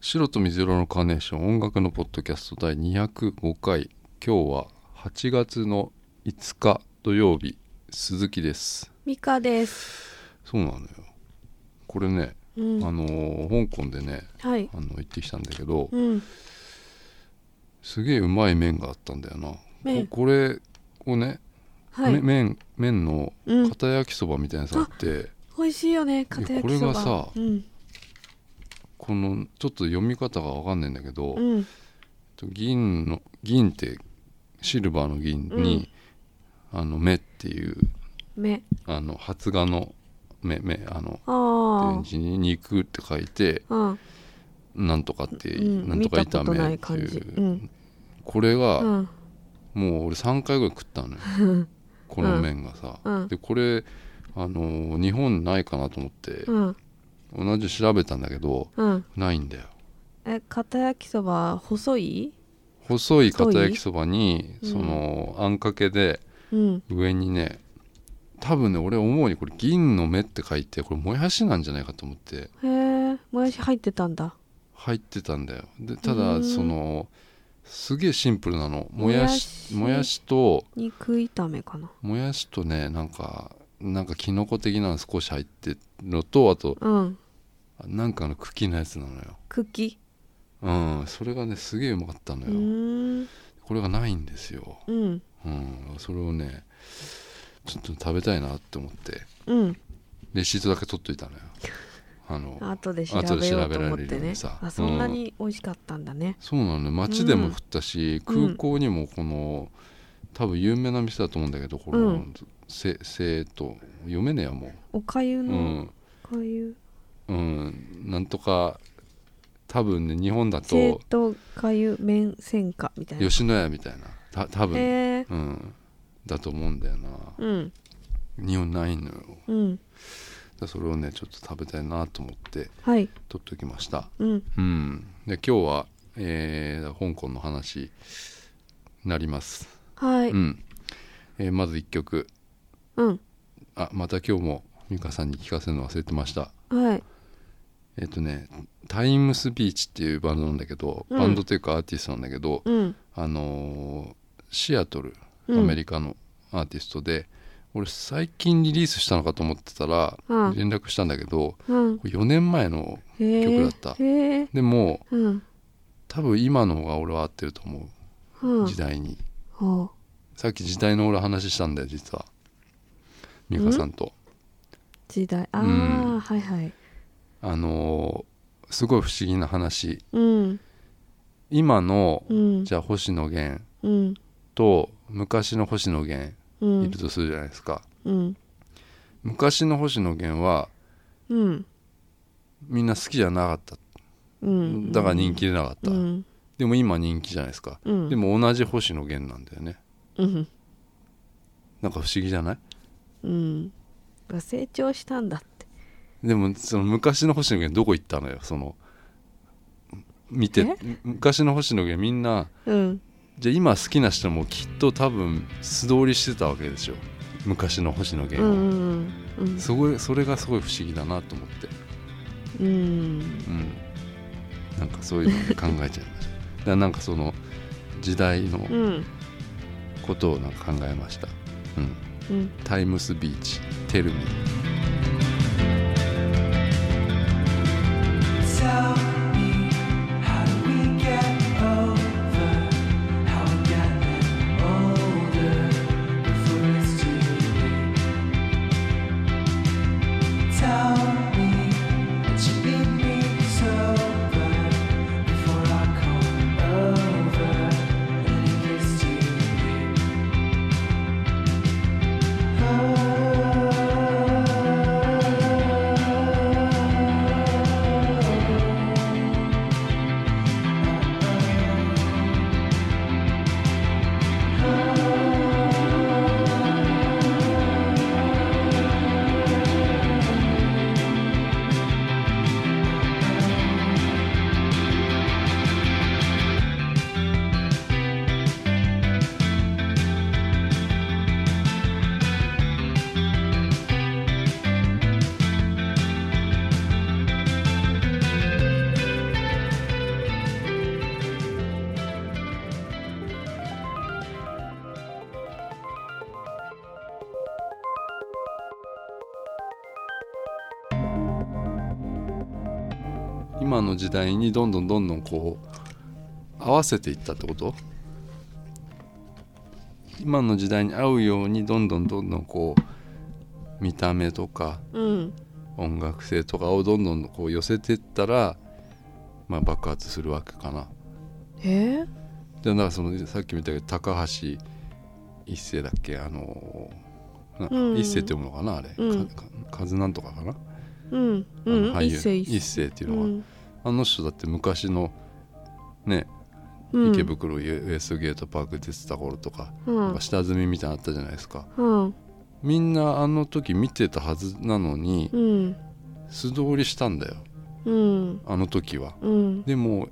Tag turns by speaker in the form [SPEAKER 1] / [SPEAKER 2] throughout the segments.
[SPEAKER 1] 白と水色のカーネーション音楽のポッドキャスト第205回今日は8月の5日土曜日鈴木です
[SPEAKER 2] ミカです。
[SPEAKER 1] そうなのよこれね、
[SPEAKER 2] うん
[SPEAKER 1] あのー香港でね
[SPEAKER 2] はい。
[SPEAKER 1] あの行ってきたんだけど、
[SPEAKER 2] うん。
[SPEAKER 1] すげえうまい麺があったんだよな
[SPEAKER 2] 麺
[SPEAKER 1] ここれをね、
[SPEAKER 2] はい。
[SPEAKER 1] め麺麺の
[SPEAKER 2] うん。
[SPEAKER 1] 片焼きそばみたいなやつあって、
[SPEAKER 2] 美味しいよね。片焼きそば。
[SPEAKER 1] これがさ
[SPEAKER 2] うん。
[SPEAKER 1] このちょっと読み方がわかんないんだけど、
[SPEAKER 2] うん。
[SPEAKER 1] 銀の銀ってシルバーの銀に、あの目っていう
[SPEAKER 2] 目。
[SPEAKER 1] あの発芽の目目あのってい
[SPEAKER 2] あ
[SPEAKER 1] う字に肉って書いて
[SPEAKER 2] あ。うん。
[SPEAKER 1] なんとかって、
[SPEAKER 2] うん
[SPEAKER 1] なんとか炒
[SPEAKER 2] 見たことな
[SPEAKER 1] め
[SPEAKER 2] い
[SPEAKER 1] って
[SPEAKER 2] 感
[SPEAKER 1] い
[SPEAKER 2] じ
[SPEAKER 1] う、
[SPEAKER 2] うん
[SPEAKER 1] これが、
[SPEAKER 2] うん。
[SPEAKER 1] もう俺3回ぐらい食ったのよ この麺がさ、
[SPEAKER 2] うん
[SPEAKER 1] でこれあの日本ないかなと思って
[SPEAKER 2] う、ん。
[SPEAKER 1] 同じ調べたんだけど
[SPEAKER 2] うん。
[SPEAKER 1] ないんだよ
[SPEAKER 2] え、片焼きそば細い？
[SPEAKER 1] 細い片焼きそばに
[SPEAKER 2] うん
[SPEAKER 1] そのあんかけで
[SPEAKER 2] うん。
[SPEAKER 1] 上にね多分ね俺思うにこれ銀の目って書いてこれもやしなんじゃないかと思って
[SPEAKER 2] へえ。もやし入ってたんだ。
[SPEAKER 1] 入ってたんだよでた
[SPEAKER 2] う
[SPEAKER 1] だ
[SPEAKER 2] ん
[SPEAKER 1] そのすげえシンプルなのも
[SPEAKER 2] も
[SPEAKER 1] や
[SPEAKER 2] や
[SPEAKER 1] し
[SPEAKER 2] し
[SPEAKER 1] もやしと
[SPEAKER 2] 肉炒めかな。
[SPEAKER 1] もやしとねなんかなんかキノコ的なの少し入ってるのとあと
[SPEAKER 2] うん。
[SPEAKER 1] なんかの茎のやつなのよ
[SPEAKER 2] 茎。
[SPEAKER 1] うんそれがねすげえうまかったの
[SPEAKER 2] う
[SPEAKER 1] よ、
[SPEAKER 2] ーん。
[SPEAKER 1] これがないんですよ
[SPEAKER 2] うん。
[SPEAKER 1] うんそれをねちょっと食べたいなって思って
[SPEAKER 2] うん。
[SPEAKER 1] レシートだけ取っといたのよあの
[SPEAKER 2] 後で調べようと
[SPEAKER 1] 後
[SPEAKER 2] 思っ
[SPEAKER 1] で調べられる
[SPEAKER 2] て
[SPEAKER 1] よう
[SPEAKER 2] ね
[SPEAKER 1] にさ。
[SPEAKER 2] あ、そんなに美味しかったんだね。
[SPEAKER 1] そうなのね街でも降ったし、
[SPEAKER 2] うん
[SPEAKER 1] 空港にもこの多分有名な店だと思うんだけどこの、
[SPEAKER 2] うん
[SPEAKER 1] せ生徒読めねえやも
[SPEAKER 2] おかゆ
[SPEAKER 1] う
[SPEAKER 2] の、おかゆ。
[SPEAKER 1] うん、うん、なんとか多分ね日本だ
[SPEAKER 2] 生
[SPEAKER 1] と
[SPEAKER 2] 徒かゆ麺専科みたいな。
[SPEAKER 1] 吉野家みたいなた多分、
[SPEAKER 2] へえ。
[SPEAKER 1] うんだと思うんだよな
[SPEAKER 2] うん。
[SPEAKER 1] 日本ないのよだか
[SPEAKER 2] うん。
[SPEAKER 1] らそれをねちょっと食べたいなと思って
[SPEAKER 2] はい。
[SPEAKER 1] 取っておきました
[SPEAKER 2] うん。
[SPEAKER 1] うんで今日は、えー香港の話になります、
[SPEAKER 2] はい。う。
[SPEAKER 1] うんんえーまず1曲あまた今日も美香さんに聞かせるの忘れてました
[SPEAKER 2] はい。
[SPEAKER 1] えっ、とねタイムスビーチっていうバンドなんだけど、
[SPEAKER 2] うん
[SPEAKER 1] バンドというかアーティストなんだけど、
[SPEAKER 2] うん。
[SPEAKER 1] あのーシアトルア
[SPEAKER 2] うん
[SPEAKER 1] メリカのアーティストで、俺最近リリースしたのかと思ってたら、
[SPEAKER 2] うん
[SPEAKER 1] 連絡したんだけど
[SPEAKER 2] うん。
[SPEAKER 1] 4年前の
[SPEAKER 2] へえ。
[SPEAKER 1] 曲だった
[SPEAKER 2] へえ。
[SPEAKER 1] でも
[SPEAKER 2] うん。
[SPEAKER 1] 多分今の方が俺は合ってると思
[SPEAKER 2] う。
[SPEAKER 1] うん時代に、
[SPEAKER 2] ほう。
[SPEAKER 1] さっき時代の俺話したんだよ実は美香さんと
[SPEAKER 2] 時代。ああ、
[SPEAKER 1] うん
[SPEAKER 2] はいはい。
[SPEAKER 1] あのーすごい不思議な話
[SPEAKER 2] うん。
[SPEAKER 1] 今の、
[SPEAKER 2] うん。
[SPEAKER 1] じゃあ星野源
[SPEAKER 2] うん。
[SPEAKER 1] と昔の星野源
[SPEAKER 2] う
[SPEAKER 1] い
[SPEAKER 2] ん
[SPEAKER 1] る。とするじゃないですか、
[SPEAKER 2] うん。
[SPEAKER 1] 昔の星野源は
[SPEAKER 2] うん。
[SPEAKER 1] みんな好きじゃなかった、
[SPEAKER 2] うん。
[SPEAKER 1] だから人気出なかった、
[SPEAKER 2] うん。
[SPEAKER 1] でも今人気じゃないですか、
[SPEAKER 2] うん。
[SPEAKER 1] で。も同じ星野源なんだよね
[SPEAKER 2] うん。
[SPEAKER 1] なんか不思議じゃない
[SPEAKER 2] うん。が成長したんだって。
[SPEAKER 1] でもその昔の星野源どこ行ったのよその見て
[SPEAKER 2] え
[SPEAKER 1] 昔の星野源みんな
[SPEAKER 2] うん。
[SPEAKER 1] じゃあ今好きな人もきっと多分素通りしてたわけでしょ昔の星野
[SPEAKER 2] うん。う
[SPEAKER 1] 源は、
[SPEAKER 2] ん。うん。
[SPEAKER 1] すごいそれがすごい不思議だなと思って
[SPEAKER 2] うん。
[SPEAKER 1] うん、なんかそういうので考えちゃいましただからなんかその時代の
[SPEAKER 2] うん。
[SPEAKER 1] ことをなんか考えました、うん、
[SPEAKER 2] うん。
[SPEAKER 1] タイムスビーチテルミ
[SPEAKER 3] Tell me, how do we get over how we're getting older before it's too late? Tell me that you leave me sober before I come over and it gets too late. Oh.
[SPEAKER 1] 今の時代にどんどんどんどんこう合わせていったってこと今の時代に合うようにどんどんどんどんこう見た目とか
[SPEAKER 2] うん
[SPEAKER 1] 音楽性とかをどんどんこう寄せてったら、まあ、爆発するわけかな。
[SPEAKER 2] えー、
[SPEAKER 1] でだからそのさっき見たけど高橋一生だっけあのな
[SPEAKER 2] うん
[SPEAKER 1] 一生って読むのかなあれ、
[SPEAKER 2] うん
[SPEAKER 1] かか数なんとかかな、
[SPEAKER 2] うんう
[SPEAKER 1] あの
[SPEAKER 2] ん一世
[SPEAKER 1] 一世っていうのは、
[SPEAKER 2] うん
[SPEAKER 1] あの人だって昔のね
[SPEAKER 2] うん
[SPEAKER 1] 池袋ウエウエストゲートパーク出てた頃とか、
[SPEAKER 2] うん
[SPEAKER 1] なんか下積みみたいなのあったじゃないですか
[SPEAKER 2] うん
[SPEAKER 1] みんなあの時見てたはずなのに
[SPEAKER 2] うん
[SPEAKER 1] 素通りしたんだよ
[SPEAKER 2] うん
[SPEAKER 1] あの時は
[SPEAKER 2] うん
[SPEAKER 1] でも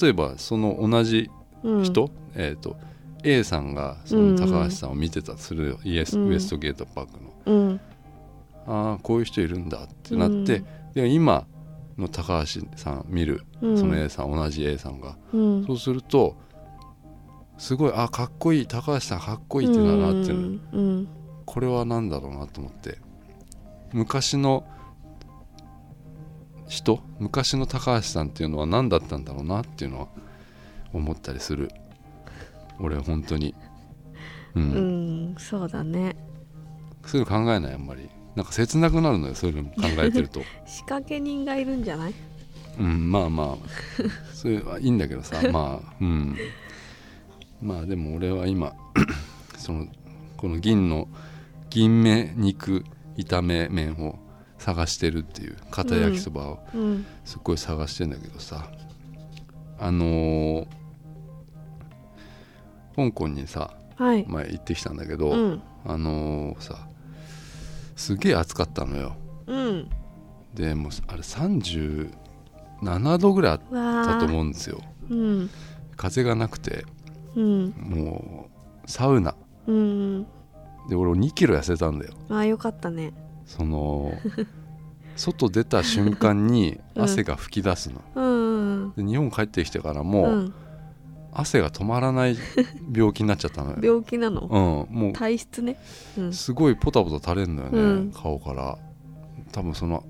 [SPEAKER 1] 例えばその同じ
[SPEAKER 2] うん
[SPEAKER 1] 人、えっ、と A さんがその高橋さんを見てたとするよ、イエス
[SPEAKER 2] うん
[SPEAKER 1] ウエストゲートパークの、
[SPEAKER 2] うん
[SPEAKER 1] ああこういう人いるんだってなって、でも今の高橋さん見る
[SPEAKER 2] うん
[SPEAKER 1] その A さん、同じ A さんが
[SPEAKER 2] うん
[SPEAKER 1] そうするとすごいあかっこいい高橋さんかっこいいってなるなっていうの、
[SPEAKER 2] うんうん
[SPEAKER 1] これは何だろうなと思って昔の人昔の高橋さんっていうのは何だったんだろうなっていうのは思ったりする俺本当にうん、
[SPEAKER 2] うんそうだね
[SPEAKER 1] そういうの考えないあんまりなんか切なくなるのよそういうの考えてると
[SPEAKER 2] 仕掛け人がいるんじゃない
[SPEAKER 1] うんまあまあ それはいいんだけどさまあうんまあでも俺は今 そのこの銀の銀目肉炒め麺を探してるっていう片焼きそばを
[SPEAKER 2] うん
[SPEAKER 1] すっごい探してんだけどさ、あのー香港にさ
[SPEAKER 2] はい
[SPEAKER 1] 前行ってきたんだけど、
[SPEAKER 2] うん
[SPEAKER 1] あのーさすげえ暑かったのよ
[SPEAKER 2] うん
[SPEAKER 1] でもうあれ37度ぐらいあっ
[SPEAKER 2] わ
[SPEAKER 1] た
[SPEAKER 2] あ
[SPEAKER 1] と思うんですよ
[SPEAKER 2] うん
[SPEAKER 1] 風がなくて
[SPEAKER 2] うん
[SPEAKER 1] もうサウナ
[SPEAKER 2] うん
[SPEAKER 1] で俺2キロ痩せたんだよ
[SPEAKER 2] ああよかったね
[SPEAKER 1] そ の外出た瞬間に
[SPEAKER 2] うん
[SPEAKER 1] 汗が吹き出すの、
[SPEAKER 2] うん
[SPEAKER 1] で日本帰ってきてから
[SPEAKER 2] う
[SPEAKER 1] もうん汗が止まらない病気になっちゃったのよ、
[SPEAKER 2] 病気なの
[SPEAKER 1] うん、も
[SPEAKER 2] 体質ねうん
[SPEAKER 1] うすごいポタポタ垂れんのよね、
[SPEAKER 2] うん
[SPEAKER 1] 顔から多分その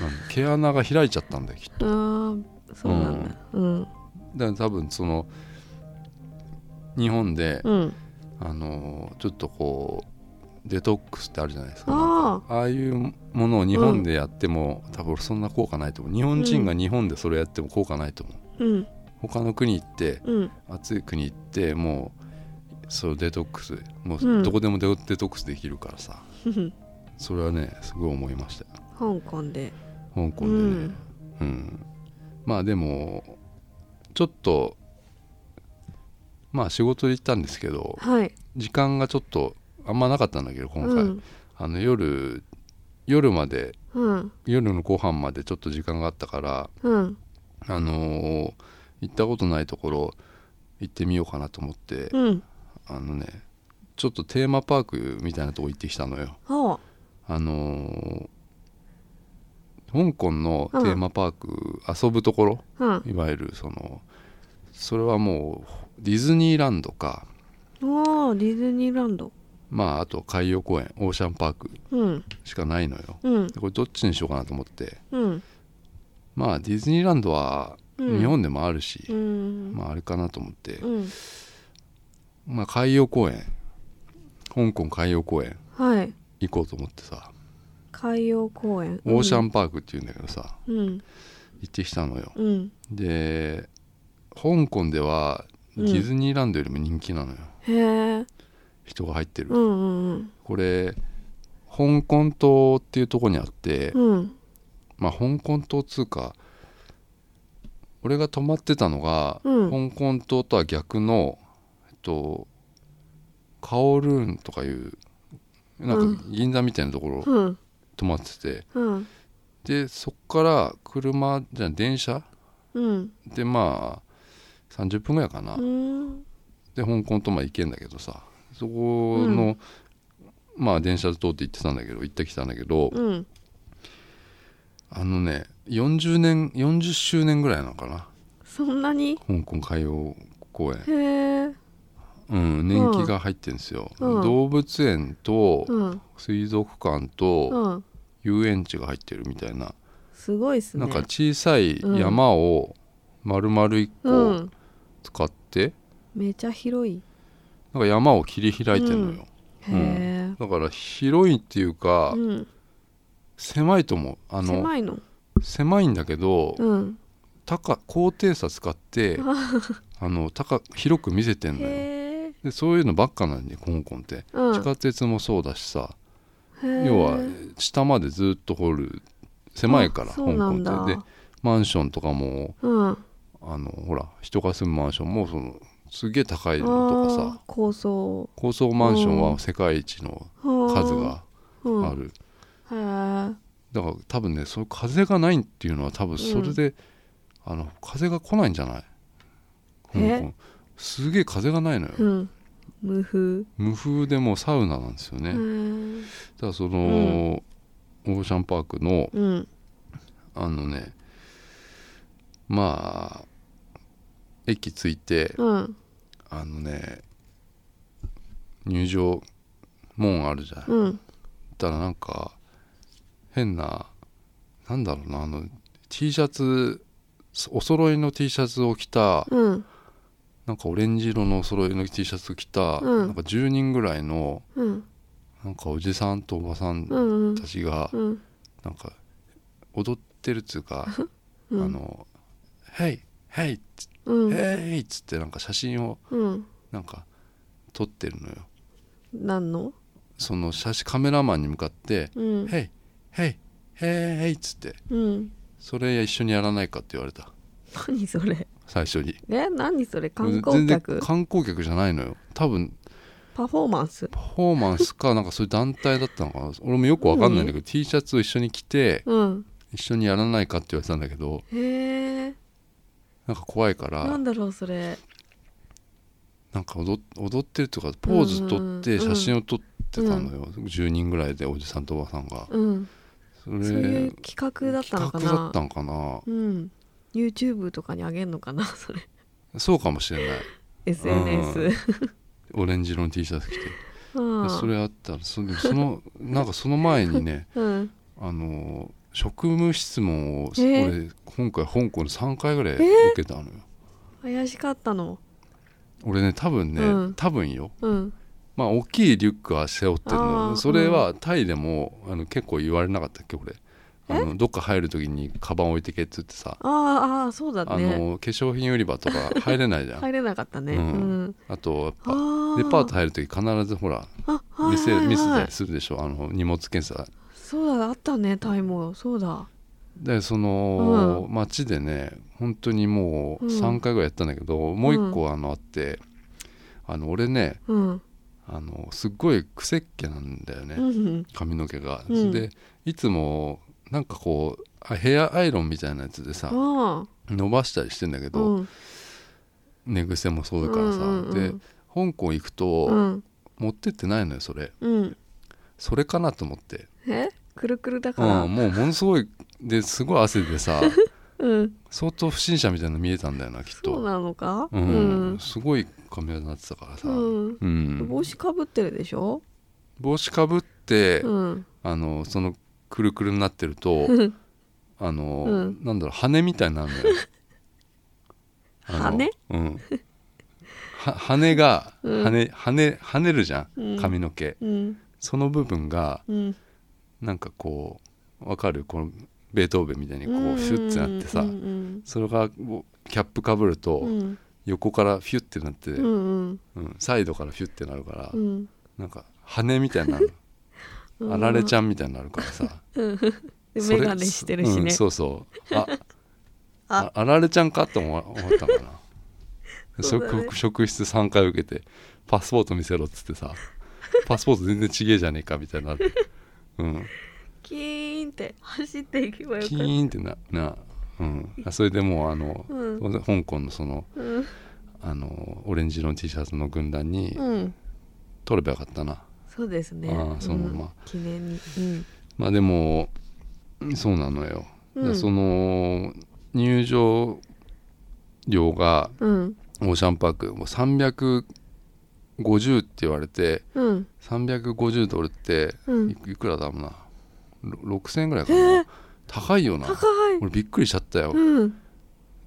[SPEAKER 1] なん毛穴が開いちゃったんだよきっと
[SPEAKER 2] あーそうなんだうん
[SPEAKER 1] だから多分その日本で、
[SPEAKER 2] うん
[SPEAKER 1] あのちょっとこうデトックスってあるじゃないですかなん
[SPEAKER 2] あ
[SPEAKER 1] かああいうものを日本でやっても、多分そんな効果ないと思う日本人が日本でそれやっても効果ないと思う、
[SPEAKER 2] うん
[SPEAKER 1] 他の国行って
[SPEAKER 2] うん
[SPEAKER 1] 暑い国行ってもうそうデトックスも
[SPEAKER 2] う
[SPEAKER 1] うんどこでもデデトックスできるからさ、
[SPEAKER 2] ふふ
[SPEAKER 1] それはねすごい思いましたよ
[SPEAKER 2] 香港で
[SPEAKER 1] 香港でね、うんまあでもちょっとまあ仕事で行ったんですけど
[SPEAKER 2] はい
[SPEAKER 1] 時間がちょっとあんまなかったんだけど今回、
[SPEAKER 2] うん
[SPEAKER 1] あの夜夜まで
[SPEAKER 2] うん
[SPEAKER 1] 夜のご飯までちょっと時間があったから
[SPEAKER 2] うん
[SPEAKER 1] あのー行ったことないところ行ってみようかなと思って、
[SPEAKER 2] うん
[SPEAKER 1] あのねちょっとテーマパークみたいなとこ行ってきたのよ
[SPEAKER 2] ほう
[SPEAKER 1] あのー香港のテーマパーク、遊ぶところ
[SPEAKER 2] うん
[SPEAKER 1] いわゆるそのそれはもうディズニーランドか
[SPEAKER 2] おーディズニーランド
[SPEAKER 1] まああと海洋公園オーシャンパーク
[SPEAKER 2] うん
[SPEAKER 1] しかないのよ
[SPEAKER 2] うん
[SPEAKER 1] でこれどっちにしようかなと思って
[SPEAKER 2] うん
[SPEAKER 1] まあディズニーランドは
[SPEAKER 2] うん
[SPEAKER 1] 日本でもあるし、
[SPEAKER 2] うん
[SPEAKER 1] まああれかなと思って、
[SPEAKER 2] うん
[SPEAKER 1] まあ海洋公園香港海洋公園
[SPEAKER 2] はい
[SPEAKER 1] 行こうと思ってさ
[SPEAKER 2] 海洋公園
[SPEAKER 1] オーシャンパークっていうんだけどさ、
[SPEAKER 2] うん
[SPEAKER 1] 行ってきたのよ
[SPEAKER 2] うん
[SPEAKER 1] で香港ではデ
[SPEAKER 2] うん
[SPEAKER 1] ィズニーランドよりも人気なのよ、
[SPEAKER 2] へえ
[SPEAKER 1] 人が入ってる、
[SPEAKER 2] うんうん
[SPEAKER 1] これ香港島っていうところにあって、
[SPEAKER 2] うんうん
[SPEAKER 1] まあ香港島通か俺が泊まってたのが、
[SPEAKER 2] うん
[SPEAKER 1] 香港島とは逆のえっとカオルーンとかいうな
[SPEAKER 2] うん
[SPEAKER 1] か
[SPEAKER 2] ん
[SPEAKER 1] 銀座みたいなところ
[SPEAKER 2] うん
[SPEAKER 1] 泊まってて、
[SPEAKER 2] うん
[SPEAKER 1] でそこから車じゃない電車
[SPEAKER 2] うん
[SPEAKER 1] でまあ30分ぐらいかな、
[SPEAKER 2] うん
[SPEAKER 1] で香港とまで行けんだけどさそこの、まあ電車で通って行ってたんだけど行ってきたんだけど、
[SPEAKER 2] うん
[SPEAKER 1] あのね40年40周年ぐらいなのかな
[SPEAKER 2] そんなに
[SPEAKER 1] 香港海洋公園
[SPEAKER 2] へえ
[SPEAKER 1] うん年季が入ってるんですよ、
[SPEAKER 2] うん
[SPEAKER 1] 動物園と
[SPEAKER 2] うん
[SPEAKER 1] 水族館と
[SPEAKER 2] うん
[SPEAKER 1] 遊園地が入ってるみたいな
[SPEAKER 2] すごいっす
[SPEAKER 1] な
[SPEAKER 2] ね
[SPEAKER 1] んか小さい山を丸々一
[SPEAKER 2] う
[SPEAKER 1] 個
[SPEAKER 2] ん
[SPEAKER 1] 使って、
[SPEAKER 2] めちゃ広い
[SPEAKER 1] なんか山を切り開いてるのよ、
[SPEAKER 2] へえ、
[SPEAKER 1] だから広いっていうか、
[SPEAKER 2] うん、
[SPEAKER 1] 狭いと思うあの狭い
[SPEAKER 2] 狭いの
[SPEAKER 1] んだけど、
[SPEAKER 2] うん
[SPEAKER 1] 高高低差使 ってあの高広く見せてんのよ
[SPEAKER 2] へえ、
[SPEAKER 1] でそういうのばっかなんで香港って、
[SPEAKER 2] うん、
[SPEAKER 1] 地下鉄もそうだしさ
[SPEAKER 2] へえ
[SPEAKER 1] 要は下までずっと掘る狭いから
[SPEAKER 2] あ
[SPEAKER 1] 香
[SPEAKER 2] そうなんだ
[SPEAKER 1] 港ってでマンションとかも
[SPEAKER 2] うん
[SPEAKER 1] あのほら人が住むマンションもそのすげえ高いのとか
[SPEAKER 2] あ
[SPEAKER 1] さ
[SPEAKER 2] あ高層
[SPEAKER 1] 高層マンションは世界一の数
[SPEAKER 2] 数
[SPEAKER 1] がある、
[SPEAKER 2] へえ
[SPEAKER 1] だから多分ねそういう風がないっていうのは多分それで、あの風が来ないんじゃない香
[SPEAKER 2] え
[SPEAKER 1] 港すげえ風がないのよ、
[SPEAKER 2] うん無風
[SPEAKER 1] 無風でもうサウナなんですよね、
[SPEAKER 2] へ
[SPEAKER 1] だ
[SPEAKER 2] え
[SPEAKER 1] からその、オーシャンパークの
[SPEAKER 2] うん
[SPEAKER 1] あのねまあ駅着いて
[SPEAKER 2] うん
[SPEAKER 1] あのね入場門あるじゃん、
[SPEAKER 2] うん
[SPEAKER 1] ったらなんか変ななんだろうなあの T シャツお揃いの T シャツを着た
[SPEAKER 2] うん
[SPEAKER 1] なんかオレンジ色のお揃いの T シャツを着た、
[SPEAKER 2] う
[SPEAKER 1] な
[SPEAKER 2] ん
[SPEAKER 1] んか10人ぐらいの
[SPEAKER 2] うん
[SPEAKER 1] なんかおじさんとおばさん
[SPEAKER 2] うんうん
[SPEAKER 1] たちが
[SPEAKER 2] うん
[SPEAKER 1] なんか踊ってるっつうか「
[SPEAKER 2] うん
[SPEAKER 1] あのヘイヘイ
[SPEAKER 2] うん
[SPEAKER 1] ヘイ!」っつってなんか写真を
[SPEAKER 2] うん
[SPEAKER 1] なんか撮ってるのよ。
[SPEAKER 2] 何の
[SPEAKER 1] その写真カメラマンに向かって
[SPEAKER 2] う
[SPEAKER 1] 「
[SPEAKER 2] ん
[SPEAKER 1] ヘイヘイヘイヘイ!」っつって
[SPEAKER 2] うん
[SPEAKER 1] それ一緒にやらないかって言われた
[SPEAKER 2] 何それ
[SPEAKER 1] 最初に
[SPEAKER 2] え何それ観
[SPEAKER 1] 全
[SPEAKER 2] 光
[SPEAKER 1] 然
[SPEAKER 2] 客
[SPEAKER 1] 観光客じゃないのよ多分
[SPEAKER 2] パフォーマンス
[SPEAKER 1] パフォーマンスかなんかそういう団体だったのかな俺もよくわかんないんだけど、T シャツを一緒に着て
[SPEAKER 2] うん
[SPEAKER 1] 一緒にやらないかって言われたんだけど
[SPEAKER 2] へえ
[SPEAKER 1] なんか怖いから
[SPEAKER 2] な
[SPEAKER 1] なん
[SPEAKER 2] んだろうそれ
[SPEAKER 1] か踊っ踊ってるとかポーズ取って
[SPEAKER 2] うんうんう
[SPEAKER 1] 写
[SPEAKER 2] ん
[SPEAKER 1] 真を撮ってたのよ、10人ぐらいでおじさんとおばさんが
[SPEAKER 2] うん
[SPEAKER 1] それ
[SPEAKER 2] そういう企画だったのか
[SPEAKER 1] 企画だ
[SPEAKER 2] な
[SPEAKER 1] ったのかな
[SPEAKER 2] うん YouTube とかにあげんのかな それ
[SPEAKER 1] そうかもしれない
[SPEAKER 2] SNS
[SPEAKER 1] オレンジ色の T シャツ着て
[SPEAKER 2] うん
[SPEAKER 1] それあったらそそ のなんかその前にね
[SPEAKER 2] うん
[SPEAKER 1] あの職務質問を、
[SPEAKER 2] えー
[SPEAKER 1] 俺今回香港で3回ぐらい受けたのよ、
[SPEAKER 2] 怪しかったの
[SPEAKER 1] 俺ね多分ね、
[SPEAKER 2] うん
[SPEAKER 1] 多分よ
[SPEAKER 2] うん
[SPEAKER 1] まあ大きいリュックは背負ってる
[SPEAKER 2] あー
[SPEAKER 1] のそれはタイでもあの結構言われなかったっけ俺あのどっか入る時にカバン置いてけっつってさ、
[SPEAKER 2] あーあーそうだ
[SPEAKER 1] あ
[SPEAKER 2] ね
[SPEAKER 1] の化粧品売り場とか入れないじゃん、
[SPEAKER 2] 入れなかったねう
[SPEAKER 1] うん
[SPEAKER 2] ん
[SPEAKER 1] あとやっぱ
[SPEAKER 2] あ
[SPEAKER 1] デパート入る時必ずほら
[SPEAKER 2] あはい
[SPEAKER 1] 店、
[SPEAKER 2] はいはい
[SPEAKER 1] ミスでするでしょあの荷物検査
[SPEAKER 2] そうだあったねタイもそうだ
[SPEAKER 1] でその、
[SPEAKER 2] う
[SPEAKER 1] 街でね本当にもう
[SPEAKER 2] うん
[SPEAKER 1] 3回ぐらいやったんだけど、もう一個あのあってあの俺ね
[SPEAKER 2] うん
[SPEAKER 1] あのすっごい癖っ気なんだよね、
[SPEAKER 2] うん
[SPEAKER 1] 髪の毛が。
[SPEAKER 2] うん
[SPEAKER 1] でいつもなんかこうあヘアアイロンみたいなやつでさ
[SPEAKER 2] あ
[SPEAKER 1] 伸ばしたりしてんだけ
[SPEAKER 2] あ
[SPEAKER 1] ど、
[SPEAKER 2] うん
[SPEAKER 1] 寝癖もそうだからさ、
[SPEAKER 2] うんうんう
[SPEAKER 1] で
[SPEAKER 2] ん
[SPEAKER 1] 香港行く
[SPEAKER 2] う
[SPEAKER 1] と
[SPEAKER 2] ん
[SPEAKER 1] 持ってってないのよそれ
[SPEAKER 2] うん
[SPEAKER 1] それかなと思って、
[SPEAKER 2] えくるくるだ
[SPEAKER 1] う
[SPEAKER 2] か
[SPEAKER 1] ん
[SPEAKER 2] ら、
[SPEAKER 1] もうものすごいですごい汗でさ
[SPEAKER 2] うん
[SPEAKER 1] 相当不審者みたいなの見えたんだよなきっと
[SPEAKER 2] そうなのか
[SPEAKER 1] う
[SPEAKER 2] うん
[SPEAKER 1] ん、すごい髪型になってたからさ、
[SPEAKER 2] うん
[SPEAKER 1] うん
[SPEAKER 2] 帽子かぶってるでしょ
[SPEAKER 1] 帽子かぶって、
[SPEAKER 2] うん
[SPEAKER 1] あのそのくるくるになってると
[SPEAKER 2] うん
[SPEAKER 1] あの、
[SPEAKER 2] うん
[SPEAKER 1] なんだろう羽みたいにな るのよあの
[SPEAKER 2] 羽
[SPEAKER 1] うんは羽が
[SPEAKER 2] うん
[SPEAKER 1] 羽羽跳ねるじゃ
[SPEAKER 2] うん
[SPEAKER 1] ん髪の毛、
[SPEAKER 2] うん
[SPEAKER 1] その部分が
[SPEAKER 2] うん
[SPEAKER 1] なんかこうわかるこのベートーベンみたいにこうシュッてなってさ、
[SPEAKER 2] うん
[SPEAKER 1] それがこうキャップかぶると、
[SPEAKER 2] うん
[SPEAKER 1] 横からフィュッてなって、
[SPEAKER 2] うんうん
[SPEAKER 1] うんサイドからフィュッてなるから、
[SPEAKER 2] うん
[SPEAKER 1] なんか羽みたいになる
[SPEAKER 2] うん
[SPEAKER 1] あられちゃんみたいになるからさ
[SPEAKER 2] で
[SPEAKER 1] それ
[SPEAKER 2] 眼鏡してるし
[SPEAKER 1] うん
[SPEAKER 2] ね
[SPEAKER 1] そうそうあ
[SPEAKER 2] あ
[SPEAKER 1] ああられちゃんかと思思ったかな
[SPEAKER 2] そ
[SPEAKER 1] そう
[SPEAKER 2] だね
[SPEAKER 1] こ職質3回受けてパスポート見せろっつってさパスポート全然ちげえじゃねえかみたいになって、うん、
[SPEAKER 2] キーンって走っていけばよかっ
[SPEAKER 1] キ
[SPEAKER 2] た
[SPEAKER 1] ーンってなな、うん、あそれでもうあの、
[SPEAKER 2] う
[SPEAKER 1] 香港のその
[SPEAKER 2] うん
[SPEAKER 1] あのオレンジ色の T シャツの軍団に
[SPEAKER 2] うん
[SPEAKER 1] 取ればよかったな、
[SPEAKER 2] そうですね
[SPEAKER 1] ああそのまま
[SPEAKER 2] うん記念にうん
[SPEAKER 1] まあでもそうなのよ、
[SPEAKER 2] うん
[SPEAKER 1] でその入場料が
[SPEAKER 2] うん
[SPEAKER 1] オーシャンパークもう350って言われて
[SPEAKER 2] うん
[SPEAKER 1] 350ドルって
[SPEAKER 2] うん
[SPEAKER 1] いくいくらだろうなろ6000円ぐらいか
[SPEAKER 2] え
[SPEAKER 1] な、
[SPEAKER 2] ー
[SPEAKER 1] 高いよな
[SPEAKER 2] 高い
[SPEAKER 1] 俺びっくりしちゃったよ、
[SPEAKER 2] うん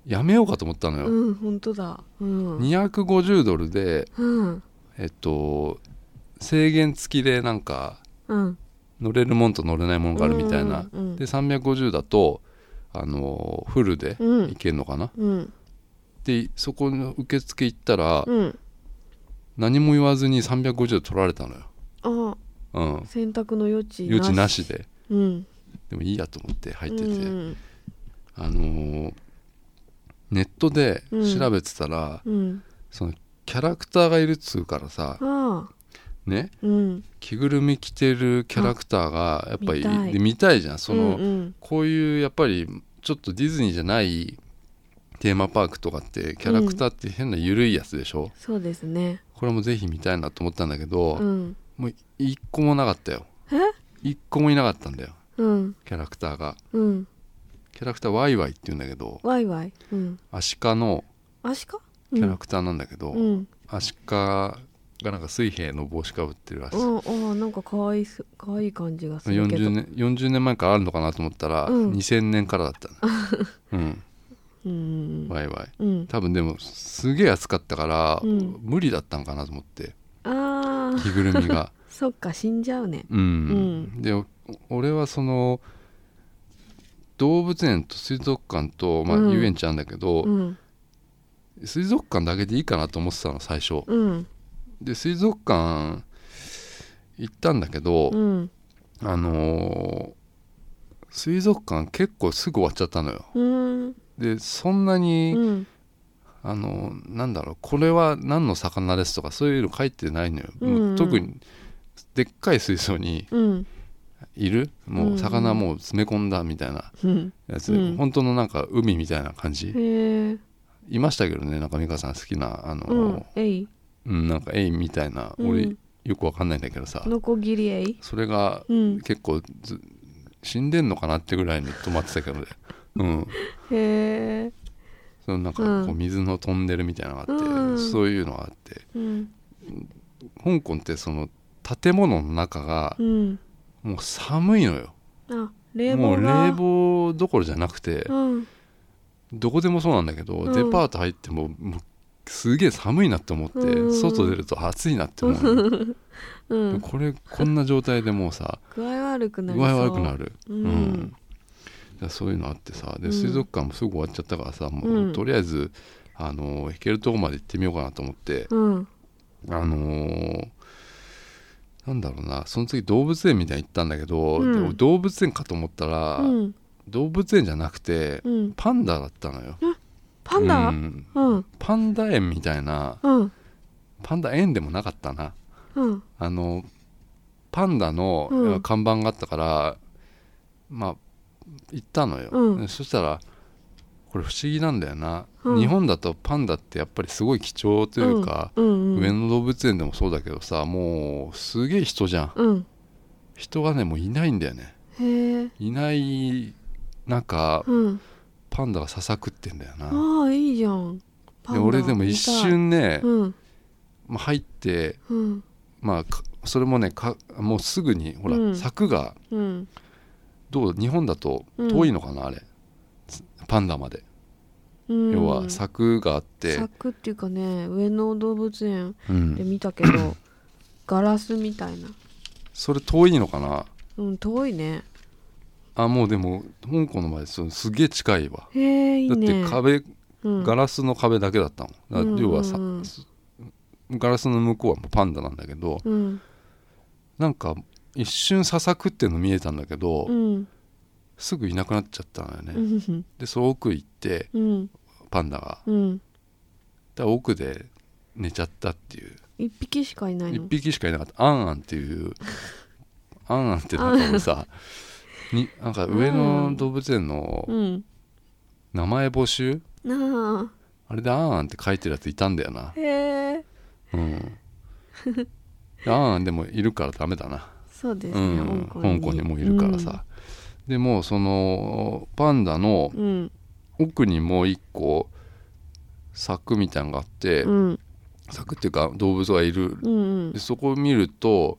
[SPEAKER 1] やめようかと思ったのよ、
[SPEAKER 2] うん本当だうん
[SPEAKER 1] 250ドルで
[SPEAKER 2] うん
[SPEAKER 1] えっと制限付きでなんか
[SPEAKER 2] うん
[SPEAKER 1] 乗れるもんと乗れないもんがあるみたいな、
[SPEAKER 2] うんうんうん
[SPEAKER 1] で350だとあのフルで
[SPEAKER 2] うん
[SPEAKER 1] 行けるのかな、
[SPEAKER 2] うん
[SPEAKER 1] でそこの受付行ったら、
[SPEAKER 2] うん
[SPEAKER 1] 何も言わずに350で取られたのよ、
[SPEAKER 2] あ
[SPEAKER 1] うん、
[SPEAKER 2] 選択の余地なし
[SPEAKER 1] 余地なしで
[SPEAKER 2] うん
[SPEAKER 1] でもいいやと思って入ってて、
[SPEAKER 2] うん
[SPEAKER 1] あのーネットで調べてたら、
[SPEAKER 2] うん
[SPEAKER 1] そのキャラクターがいるっつうからさ
[SPEAKER 2] ああ
[SPEAKER 1] ね
[SPEAKER 2] うん
[SPEAKER 1] 着ぐるみ着てるキャラクターがやっぱり
[SPEAKER 2] 見たい
[SPEAKER 1] で見たいじゃんその、
[SPEAKER 2] うんうん
[SPEAKER 1] こういうやっぱりちょっとディズニーじゃないテーマパークとかってキャラクターって変な緩いやつでしょ、
[SPEAKER 2] そうですね
[SPEAKER 1] これもぜひ見たいなと思ったんだけど、
[SPEAKER 2] うん
[SPEAKER 1] もう一個もなかったよ
[SPEAKER 2] え
[SPEAKER 1] 一個もいなかったんだよ
[SPEAKER 2] うん
[SPEAKER 1] キャラクターが
[SPEAKER 2] うん
[SPEAKER 1] キャラクターワイワイって言うんだけど
[SPEAKER 2] ワイワイうん
[SPEAKER 1] アシカの
[SPEAKER 2] アシカ
[SPEAKER 1] キャラクターなんだけど、
[SPEAKER 2] うん
[SPEAKER 1] アシカがなんか水平の帽子かぶってるらしい、
[SPEAKER 2] うんああなんか可愛いす可愛い感じがするけど
[SPEAKER 1] 40年40年前からあるのかなと思ったら、
[SPEAKER 2] うん
[SPEAKER 1] 2000年からだった ね
[SPEAKER 2] うん
[SPEAKER 1] うんワイワイ
[SPEAKER 2] うん
[SPEAKER 1] 多分でもすげえ暑かったから、
[SPEAKER 2] うん
[SPEAKER 1] 無理だったのかなと思って
[SPEAKER 2] ああ
[SPEAKER 1] 着ぐるみが
[SPEAKER 2] そっか死んじゃうね
[SPEAKER 1] うん、でお俺はその動物園と水族館と、まあ、
[SPEAKER 2] うん
[SPEAKER 1] 遊園地あるんだけど、
[SPEAKER 2] うん
[SPEAKER 1] 水族館だけでいいかなと思ってたの最初
[SPEAKER 2] うん
[SPEAKER 1] で水族館行ったんだけど、
[SPEAKER 2] うん
[SPEAKER 1] あのー水族館結構すぐ終わっちゃったのよ
[SPEAKER 2] うん
[SPEAKER 1] でそんなに、
[SPEAKER 2] うん
[SPEAKER 1] あのーなんだろうこれは何の魚ですとかそういうの書いてないのよ、
[SPEAKER 2] うんうん
[SPEAKER 1] もう特にでっかい水槽に
[SPEAKER 2] うん
[SPEAKER 1] いる
[SPEAKER 2] うん
[SPEAKER 1] も
[SPEAKER 2] うん
[SPEAKER 1] う魚もう詰め込んだみたいな
[SPEAKER 2] うん
[SPEAKER 1] やつ、
[SPEAKER 2] うん
[SPEAKER 1] 本当のなんか海みたいな感じ、
[SPEAKER 2] へえ
[SPEAKER 1] いましたけどねなんか美香さん好きなあのー
[SPEAKER 2] うんえい
[SPEAKER 1] うん、なんかエイみたいな、
[SPEAKER 2] うん
[SPEAKER 1] 俺よくわかんないんだけどさ
[SPEAKER 2] ノコギリエイ
[SPEAKER 1] それが
[SPEAKER 2] うん
[SPEAKER 1] 結構ず、死んでんのかなってぐらいに止まってたけど ね、うん、
[SPEAKER 2] へえ
[SPEAKER 1] そのなんか
[SPEAKER 2] うん
[SPEAKER 1] こう水のトンネルみたいなのがあって、
[SPEAKER 2] うん
[SPEAKER 1] そういうのがあって
[SPEAKER 2] うん
[SPEAKER 1] 香港ってその建物の中が
[SPEAKER 2] うん
[SPEAKER 1] もう寒いのよ、
[SPEAKER 2] あ冷
[SPEAKER 1] も
[SPEAKER 2] 房
[SPEAKER 1] う
[SPEAKER 2] が
[SPEAKER 1] 冷房どころじゃなくて、
[SPEAKER 2] うん
[SPEAKER 1] どこでもそうなんだけど、
[SPEAKER 2] うん
[SPEAKER 1] デパート入ってももうすげえ寒いなって思って、
[SPEAKER 2] うん
[SPEAKER 1] 外出ると暑いなって思うの、
[SPEAKER 2] うん
[SPEAKER 1] これこんな状態でもうさ
[SPEAKER 2] 具合悪く
[SPEAKER 1] 具
[SPEAKER 2] なりそう
[SPEAKER 1] 合悪くなる
[SPEAKER 2] う
[SPEAKER 1] うん
[SPEAKER 2] ん
[SPEAKER 1] だからそういうのあってさ
[SPEAKER 2] う
[SPEAKER 1] で
[SPEAKER 2] ん
[SPEAKER 1] 水族館もすぐ終わっちゃったからさ、も
[SPEAKER 2] う
[SPEAKER 1] うんとりあえずあのー行けるとこまで行ってみようかなと思って、
[SPEAKER 2] うん
[SPEAKER 1] あのーなんだろうなその次動物園みたいに行ったんだけど、
[SPEAKER 2] うん
[SPEAKER 1] でも動物園かと思ったら、
[SPEAKER 2] うん
[SPEAKER 1] 動物園じゃなくて
[SPEAKER 2] うん
[SPEAKER 1] パンダだったのよ
[SPEAKER 2] パンダ
[SPEAKER 1] うん
[SPEAKER 2] うん
[SPEAKER 1] パンダ園みたいな
[SPEAKER 2] うん
[SPEAKER 1] パンダ園でもなかったな
[SPEAKER 2] うん
[SPEAKER 1] あのパンダ
[SPEAKER 2] う
[SPEAKER 1] の
[SPEAKER 2] ん
[SPEAKER 1] 看板があったから、まあ行ったのよ、
[SPEAKER 2] うん
[SPEAKER 1] そしたらこれ不思議なんだよな、
[SPEAKER 2] うん
[SPEAKER 1] 日本だとパンダってやっぱりすごい貴重というか、
[SPEAKER 2] うんうん
[SPEAKER 1] 上野動物園でもそうだけどさもうすげえ人じゃん
[SPEAKER 2] うん
[SPEAKER 1] 人がねもういないんだよね
[SPEAKER 2] へえ
[SPEAKER 1] いない中
[SPEAKER 2] うん
[SPEAKER 1] パンダがささくってんだよな、
[SPEAKER 2] ああいいじゃんパン
[SPEAKER 1] で
[SPEAKER 2] ダ
[SPEAKER 1] 俺でも一瞬ね
[SPEAKER 2] 見たい、うん
[SPEAKER 1] まあ入って
[SPEAKER 2] うん
[SPEAKER 1] まあかそれもねかもうすぐにほら、
[SPEAKER 2] うん
[SPEAKER 1] 柵が
[SPEAKER 2] うん
[SPEAKER 1] どう日本だと遠いのかな、あれつパンダまで、
[SPEAKER 2] うん
[SPEAKER 1] 要は柵があって、
[SPEAKER 2] 柵っていうかね上野動物園
[SPEAKER 1] う
[SPEAKER 2] で
[SPEAKER 1] ん
[SPEAKER 2] 見たけど ガラスみたいな
[SPEAKER 1] それ遠いのかな
[SPEAKER 2] うん遠いね
[SPEAKER 1] あもうでも香港の前そうすげえ近いわ
[SPEAKER 2] へえいい
[SPEAKER 1] だっ
[SPEAKER 2] ね
[SPEAKER 1] て壁、
[SPEAKER 2] うん
[SPEAKER 1] ガラスの壁だけだったもんだ
[SPEAKER 2] うん
[SPEAKER 1] 要はさ、
[SPEAKER 2] うん
[SPEAKER 1] ガラスの向こうはもうパンダなんだけど
[SPEAKER 2] うん
[SPEAKER 1] なんか一瞬ささくっての見えたんだけど、
[SPEAKER 2] うん
[SPEAKER 1] すぐいなくなっちゃったのよね、
[SPEAKER 2] うん
[SPEAKER 1] でその奥行って
[SPEAKER 2] うん
[SPEAKER 1] パンダが
[SPEAKER 2] うん
[SPEAKER 1] だから奥で寝ちゃったっていう
[SPEAKER 2] 一匹しかいない
[SPEAKER 1] 一
[SPEAKER 2] の
[SPEAKER 1] 匹しかいなかったアンアンっていうアンアンってなんか俺さになんか上野動物園の
[SPEAKER 2] うん
[SPEAKER 1] 名前募集、
[SPEAKER 2] なあ
[SPEAKER 1] あれでアンアンって書いてるやついたんだよな
[SPEAKER 2] へえ
[SPEAKER 1] うんアンアンでもいるからダメだな、
[SPEAKER 2] そうです
[SPEAKER 1] う
[SPEAKER 2] ね
[SPEAKER 1] ん、香
[SPEAKER 2] 香港
[SPEAKER 1] 港
[SPEAKER 2] に
[SPEAKER 1] にもいるからさ、でもうそのパンダの
[SPEAKER 2] うん
[SPEAKER 1] 奥にもう一個柵みたいなのがあって、
[SPEAKER 2] うん
[SPEAKER 1] 柵っていうか動物がいる
[SPEAKER 2] うんうん
[SPEAKER 1] でそこを見ると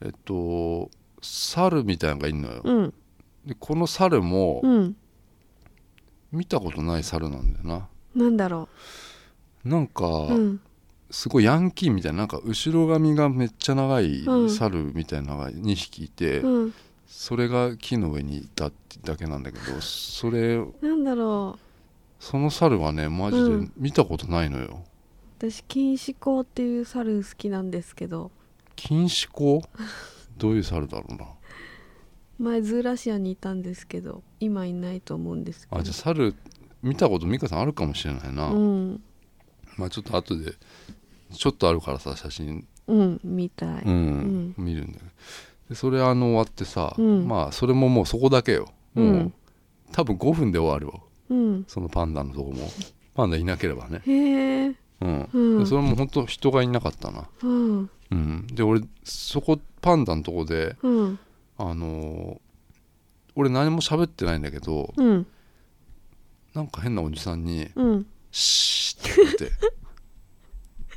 [SPEAKER 1] えっと猿みたいなのがいるのよ、
[SPEAKER 2] うん
[SPEAKER 1] でこの猿も
[SPEAKER 2] うん
[SPEAKER 1] 見たことない猿なんだよな
[SPEAKER 2] なんだろ
[SPEAKER 1] なんか
[SPEAKER 2] ううん
[SPEAKER 1] すごいヤンキーみたいななんか後ろ髪がめっちゃ長い
[SPEAKER 2] うん
[SPEAKER 1] 猿みたいなのが2匹いて、
[SPEAKER 2] うん
[SPEAKER 1] それが木の上にいたってだけなんだけどそれ
[SPEAKER 2] なんだろう
[SPEAKER 1] その猿はねマジ
[SPEAKER 2] う
[SPEAKER 1] で
[SPEAKER 2] ん
[SPEAKER 1] 見たことないのよ
[SPEAKER 2] 私金糸孔っていう猿好きなんですけど
[SPEAKER 1] 禁止校どういう猿だろうな
[SPEAKER 2] 前ズーラシアにいたんですけど今いないと思うんですけど
[SPEAKER 1] あじゃあ猿見たこと美香さんあるかもしれないな、
[SPEAKER 2] うん
[SPEAKER 1] まあちょっと後でちょっとあるからさ写真、
[SPEAKER 2] うんみたい、
[SPEAKER 1] うん見るんだけどでそれあの終わってさ、
[SPEAKER 2] うん
[SPEAKER 1] まあそれももうそこだけよもう、
[SPEAKER 2] うん
[SPEAKER 1] 多分5分で終わるわ
[SPEAKER 2] うん、
[SPEAKER 1] そのパンダのとこもパンダいなければね
[SPEAKER 2] へえ
[SPEAKER 1] うん、
[SPEAKER 2] うん
[SPEAKER 1] でそれも本当人がいなかったな
[SPEAKER 2] うん
[SPEAKER 1] うんで俺そこパンダのとこで
[SPEAKER 2] うん
[SPEAKER 1] あのー俺何も喋ってないんだけど
[SPEAKER 2] うん
[SPEAKER 1] なんか変なおじさんに
[SPEAKER 2] うん
[SPEAKER 1] 「シーッ」って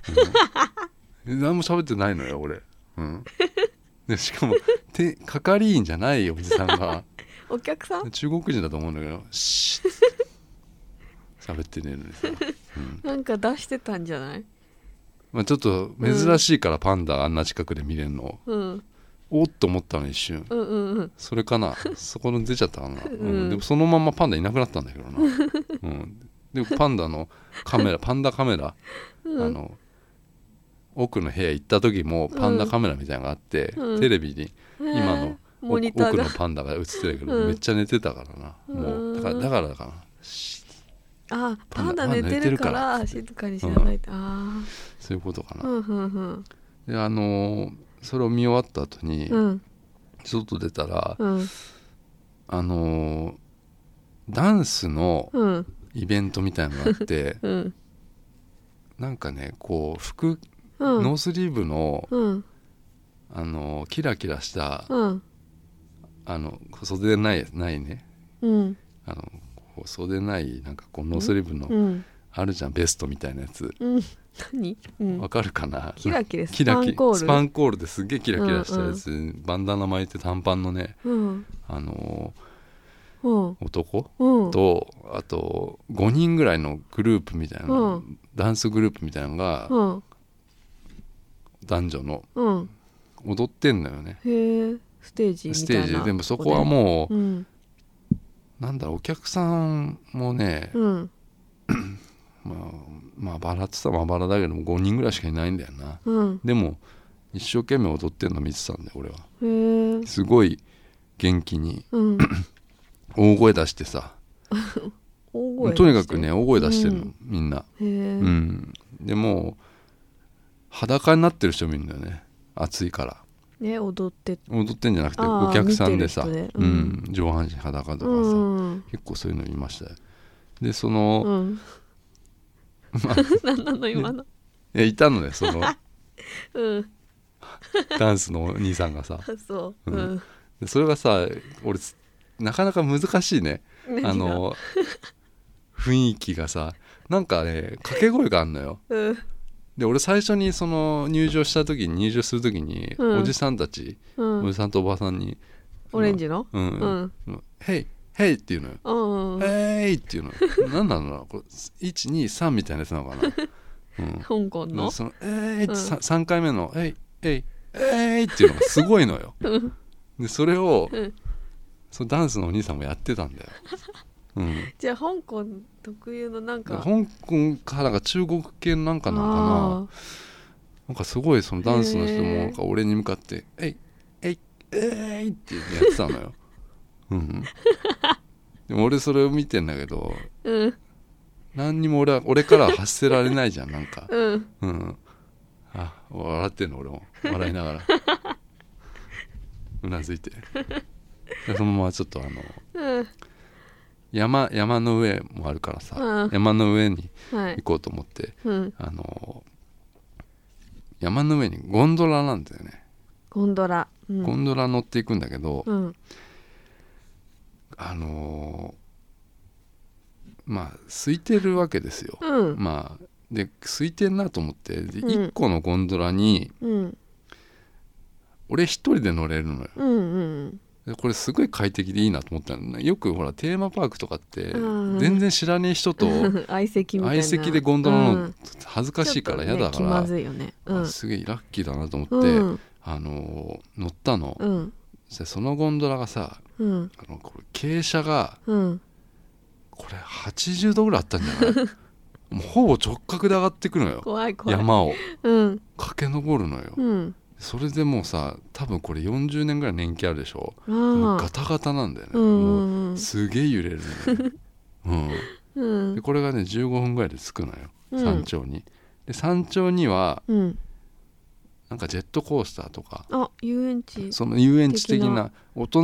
[SPEAKER 1] 言って、うん、何も喋ってないのよ俺、うん、でしかもて係員じゃないおじさんが
[SPEAKER 2] お客さん
[SPEAKER 1] 中国人だと思うんだけど「シーッ」喋ってねえのにさ、うん
[SPEAKER 2] なんか出してたんじゃない
[SPEAKER 1] まあ、ちょっと珍しいからパンダあんな近くで見れるの、
[SPEAKER 2] うん
[SPEAKER 1] おっと思ったの一瞬
[SPEAKER 2] うんうんうん
[SPEAKER 1] それかなそこの出ちゃったかな、うん
[SPEAKER 2] うん
[SPEAKER 1] でもそのままパンダいなくなったんだけどな、うん、でパンダのカメラパンダカメラ、あの奥の部屋行った時もパンダカメラみたいなのがあって、
[SPEAKER 2] うん
[SPEAKER 1] テレビに今
[SPEAKER 2] へ
[SPEAKER 1] の
[SPEAKER 2] え
[SPEAKER 1] 奥
[SPEAKER 2] モニター
[SPEAKER 1] 奥
[SPEAKER 2] が
[SPEAKER 1] のパンダが映ってるけど、
[SPEAKER 2] うん
[SPEAKER 1] めっちゃ寝てたからなもうだからだからだからし
[SPEAKER 2] あ
[SPEAKER 1] パ
[SPEAKER 2] パ
[SPEAKER 1] ン
[SPEAKER 2] ン
[SPEAKER 1] ダ
[SPEAKER 2] ダ寝てるか
[SPEAKER 1] パンダ
[SPEAKER 2] ら静かにしなさいって、あ
[SPEAKER 1] そういうことか
[SPEAKER 2] あ
[SPEAKER 1] な、
[SPEAKER 2] うんうんうん
[SPEAKER 1] であのーそれを見終わった後に、
[SPEAKER 2] うん
[SPEAKER 1] 外出たら、
[SPEAKER 2] うん
[SPEAKER 1] あのーダンスの
[SPEAKER 2] うん
[SPEAKER 1] イベントみたいなのがあって
[SPEAKER 2] うん
[SPEAKER 1] なんかねこう服、
[SPEAKER 2] うん
[SPEAKER 1] ノースリーブの
[SPEAKER 2] うん
[SPEAKER 1] あのキラキラした、
[SPEAKER 2] うん
[SPEAKER 1] あの袖ないないね
[SPEAKER 2] うん
[SPEAKER 1] あのこう袖ないなんかこうノースリーブの、
[SPEAKER 2] うん
[SPEAKER 1] あるじゃんベストみたいなやつ
[SPEAKER 2] うん何うん
[SPEAKER 1] わかるかな
[SPEAKER 2] キラキラス
[SPEAKER 1] キラ
[SPEAKER 2] パ
[SPEAKER 1] キ
[SPEAKER 2] ンコール
[SPEAKER 1] スパンコールですっげえキラキラしたやつ、バンダナ巻いて短パンのね
[SPEAKER 2] うん
[SPEAKER 1] あの
[SPEAKER 2] うん
[SPEAKER 1] 男
[SPEAKER 2] うん
[SPEAKER 1] とあと5人ぐらいのグループみたいな、
[SPEAKER 2] う
[SPEAKER 1] ダンスグループみたいなのが
[SPEAKER 2] うん
[SPEAKER 1] 男女の
[SPEAKER 2] うん
[SPEAKER 1] 踊ってんのよね
[SPEAKER 2] へえステージみたいな
[SPEAKER 1] ステージででもそこはもう、
[SPEAKER 2] うん
[SPEAKER 1] なんだろうお客さんもね、
[SPEAKER 2] うん
[SPEAKER 1] まあ、まあバラっつったらまばらだけども5人ぐらいしかいないんだよな
[SPEAKER 2] うん
[SPEAKER 1] でも一生懸命踊ってんの見てたんだよ俺は
[SPEAKER 2] へえ
[SPEAKER 1] すごい元気に
[SPEAKER 2] うん
[SPEAKER 1] 大声出してさ
[SPEAKER 2] 大声出して
[SPEAKER 1] とにかくね大声出してるの、
[SPEAKER 2] うん
[SPEAKER 1] みんな
[SPEAKER 2] へえ
[SPEAKER 1] うんでもう裸になってる人もいるんだよね暑いから
[SPEAKER 2] ね踊ってと
[SPEAKER 1] 踊ってんじゃなくて
[SPEAKER 2] あー
[SPEAKER 1] お客さんでさ
[SPEAKER 2] 見てる人
[SPEAKER 1] う
[SPEAKER 2] でうん
[SPEAKER 1] ん、上半身裸とかさ、
[SPEAKER 2] うん
[SPEAKER 1] 結構そういうの見ましたよでその、
[SPEAKER 2] うん何なの今の
[SPEAKER 1] えいたのねそ の
[SPEAKER 2] うん
[SPEAKER 1] ダンスのお兄さんがさ
[SPEAKER 2] あそう
[SPEAKER 1] う
[SPEAKER 2] うんん
[SPEAKER 1] でそれがさ俺つなかなか難しいね
[SPEAKER 2] 何が
[SPEAKER 1] あの雰囲気がさなんかね掛け声があんのよ
[SPEAKER 2] うん
[SPEAKER 1] で俺最初にその入場した時に入場する時に、
[SPEAKER 2] うん
[SPEAKER 1] おじさんたち、
[SPEAKER 2] うん
[SPEAKER 1] おじさんとおばさんに「
[SPEAKER 2] オレンジの
[SPEAKER 1] うん
[SPEAKER 2] うん
[SPEAKER 1] うんヘイヘイ」っていうのよ
[SPEAKER 2] うんうん
[SPEAKER 1] 「
[SPEAKER 2] うん
[SPEAKER 1] ヘイ」っていうのよ何なの これ123みたいなやつなのかな、うん
[SPEAKER 2] 香港 の
[SPEAKER 1] その「えい」って
[SPEAKER 2] うん
[SPEAKER 1] さ3回目の「えいえいえい」っていうのがすごいのよ
[SPEAKER 2] うん
[SPEAKER 1] でそれを、
[SPEAKER 2] うん
[SPEAKER 1] そのダンスのお兄さんもやってたんだよ、うん、で
[SPEAKER 2] じゃあ香港特有のなんか
[SPEAKER 1] 香港からが中国系のなんかなのかな
[SPEAKER 2] あ
[SPEAKER 1] なんかすごいそのダンスの人も
[SPEAKER 2] へー
[SPEAKER 1] なんか俺に向かって「えいえいえい」ってやってたの よ、うん、でも俺それを見てんだけど
[SPEAKER 2] ーうん
[SPEAKER 1] 何にも俺は俺からは発せられないじゃんなんか
[SPEAKER 2] うん
[SPEAKER 1] うん。あ、笑ってんの俺も。笑いなが ら。うなずいて。でそのままちょっとあの、
[SPEAKER 2] うん
[SPEAKER 1] 山、山の上もあるからさ、
[SPEAKER 2] うん
[SPEAKER 1] 山の上に
[SPEAKER 2] はい
[SPEAKER 1] 行こうと思って、
[SPEAKER 2] うん
[SPEAKER 1] あの、山の上にゴンドラなんだよね。
[SPEAKER 2] ゴンドラうん
[SPEAKER 1] ゴンドラ乗っていくんだけど、
[SPEAKER 2] うん
[SPEAKER 1] あのーまあ、空いてるわけですよ。
[SPEAKER 2] うん
[SPEAKER 1] まあ、で、空いてんなと思って、で、
[SPEAKER 2] うん
[SPEAKER 1] 1個のゴンドラに、
[SPEAKER 2] うん
[SPEAKER 1] 俺一人で乗れるのよ。
[SPEAKER 2] うんうん
[SPEAKER 1] でこれすごい快適でいいなと思ったのよくほらテーマパークとかって
[SPEAKER 2] うん
[SPEAKER 1] 全然知らねえ人と
[SPEAKER 2] 相 席みたいな
[SPEAKER 1] 相席でゴンドラ
[SPEAKER 2] う
[SPEAKER 1] の
[SPEAKER 2] ん
[SPEAKER 1] 恥ずかしいから
[SPEAKER 2] ちょ
[SPEAKER 1] 嫌
[SPEAKER 2] っ
[SPEAKER 1] だか
[SPEAKER 2] とね気ま
[SPEAKER 1] ら、
[SPEAKER 2] ずいよねうん
[SPEAKER 1] あすげえラッキーだなと思って、
[SPEAKER 2] うん
[SPEAKER 1] あのー乗ったの、
[SPEAKER 2] うん
[SPEAKER 1] でそのゴンドラがさ
[SPEAKER 2] うん
[SPEAKER 1] あのこれ傾斜が
[SPEAKER 2] うん
[SPEAKER 1] これ80度ぐらいあったんじゃ ないもうほぼ直角で上がってくのよ
[SPEAKER 2] 怖い怖い
[SPEAKER 1] 山を
[SPEAKER 2] うん
[SPEAKER 1] 駆け上るのよ、
[SPEAKER 2] うん
[SPEAKER 1] それでもうさ多分これ40年ぐらい年季あるでしょ、もう
[SPEAKER 2] あ
[SPEAKER 1] ガタガタなんだよね、
[SPEAKER 2] うんう
[SPEAKER 1] も
[SPEAKER 2] ん
[SPEAKER 1] うすげえ揺れるの よ、うん
[SPEAKER 2] うんうん
[SPEAKER 1] でこれがね15分ぐらいで着くのよ、
[SPEAKER 2] うん
[SPEAKER 1] 山頂にで山頂には
[SPEAKER 2] うん
[SPEAKER 1] なんかジェットコースターとか
[SPEAKER 2] あ遊園地
[SPEAKER 1] その遊園地的
[SPEAKER 2] 的
[SPEAKER 1] な
[SPEAKER 2] な
[SPEAKER 1] 大人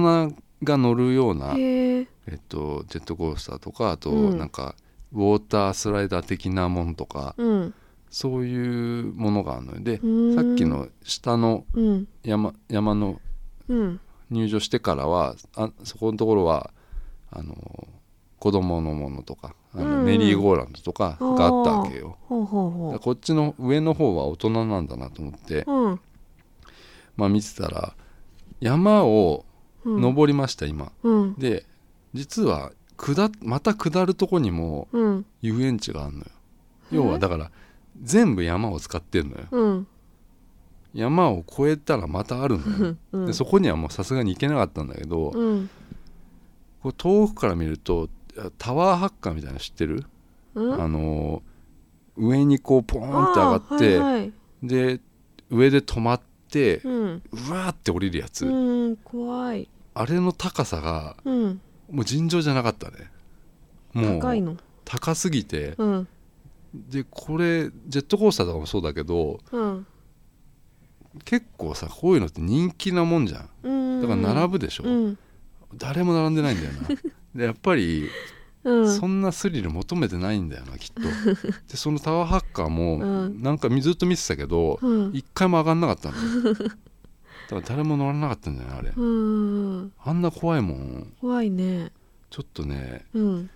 [SPEAKER 1] が乗るような、
[SPEAKER 2] へえ
[SPEAKER 1] えっと、ジェットコースターとかあと
[SPEAKER 2] うん
[SPEAKER 1] なんかウォータースライダー的なものとか、
[SPEAKER 2] うん
[SPEAKER 1] そういうものがあるのよで
[SPEAKER 2] うーん
[SPEAKER 1] さっきの下の
[SPEAKER 2] うん
[SPEAKER 1] 山山の
[SPEAKER 2] うん
[SPEAKER 1] 入場してからはあそこのところはあの子供のものとかあ
[SPEAKER 2] うん
[SPEAKER 1] の
[SPEAKER 2] うん
[SPEAKER 1] メリーゴーランドとかがあったわけよ、
[SPEAKER 2] ほうほ
[SPEAKER 1] だか
[SPEAKER 2] う
[SPEAKER 1] ら
[SPEAKER 2] ほ
[SPEAKER 1] こっちの上の方は大人なんだなと思って、
[SPEAKER 2] ううん
[SPEAKER 1] まあ、見てたら山を
[SPEAKER 2] うん
[SPEAKER 1] 登りました今、
[SPEAKER 2] うん
[SPEAKER 1] で実は下っまた下るとこにも
[SPEAKER 2] うん
[SPEAKER 1] 遊園地があるのよ
[SPEAKER 2] え
[SPEAKER 1] 要はだから全部山を使ってんのよ
[SPEAKER 2] うん
[SPEAKER 1] 山を越えたらまたあるのよ
[SPEAKER 2] うん
[SPEAKER 1] でそこにはもうさすがに行けなかったんだけど、
[SPEAKER 2] うん
[SPEAKER 1] こう遠くから見るとタワーハッカーみたいなの知ってる、
[SPEAKER 2] うん
[SPEAKER 1] あの上にこうポーンって上がっ
[SPEAKER 2] あ
[SPEAKER 1] て、
[SPEAKER 2] ーはいはい
[SPEAKER 1] で上で止まって、
[SPEAKER 2] うん
[SPEAKER 1] うわーって降りるやつ、
[SPEAKER 2] うん怖い
[SPEAKER 1] あれの高さが
[SPEAKER 2] うん
[SPEAKER 1] もう尋常じゃなかったねも
[SPEAKER 2] 高いうの
[SPEAKER 1] 高すぎて
[SPEAKER 2] うん
[SPEAKER 1] でこれジェットコースターとかもそうだけど
[SPEAKER 2] うん
[SPEAKER 1] 結構さこういうのって人気なもんじゃん
[SPEAKER 2] うん
[SPEAKER 1] だから並ぶでしょ、
[SPEAKER 2] うん
[SPEAKER 1] 誰も並んでないんだ よなでやっぱり
[SPEAKER 2] うん
[SPEAKER 1] そんなスリル求めてないんだよなきっと でそのタワーハッカー
[SPEAKER 2] う
[SPEAKER 1] も
[SPEAKER 2] ん
[SPEAKER 1] なんかずっと見てたけど
[SPEAKER 2] うん
[SPEAKER 1] 一回も上がんなかったんだ よだから誰も乗らなかったんじゃないあれ
[SPEAKER 2] うん
[SPEAKER 1] あんな怖いもん
[SPEAKER 2] 怖いね
[SPEAKER 1] ちょっとね
[SPEAKER 2] うん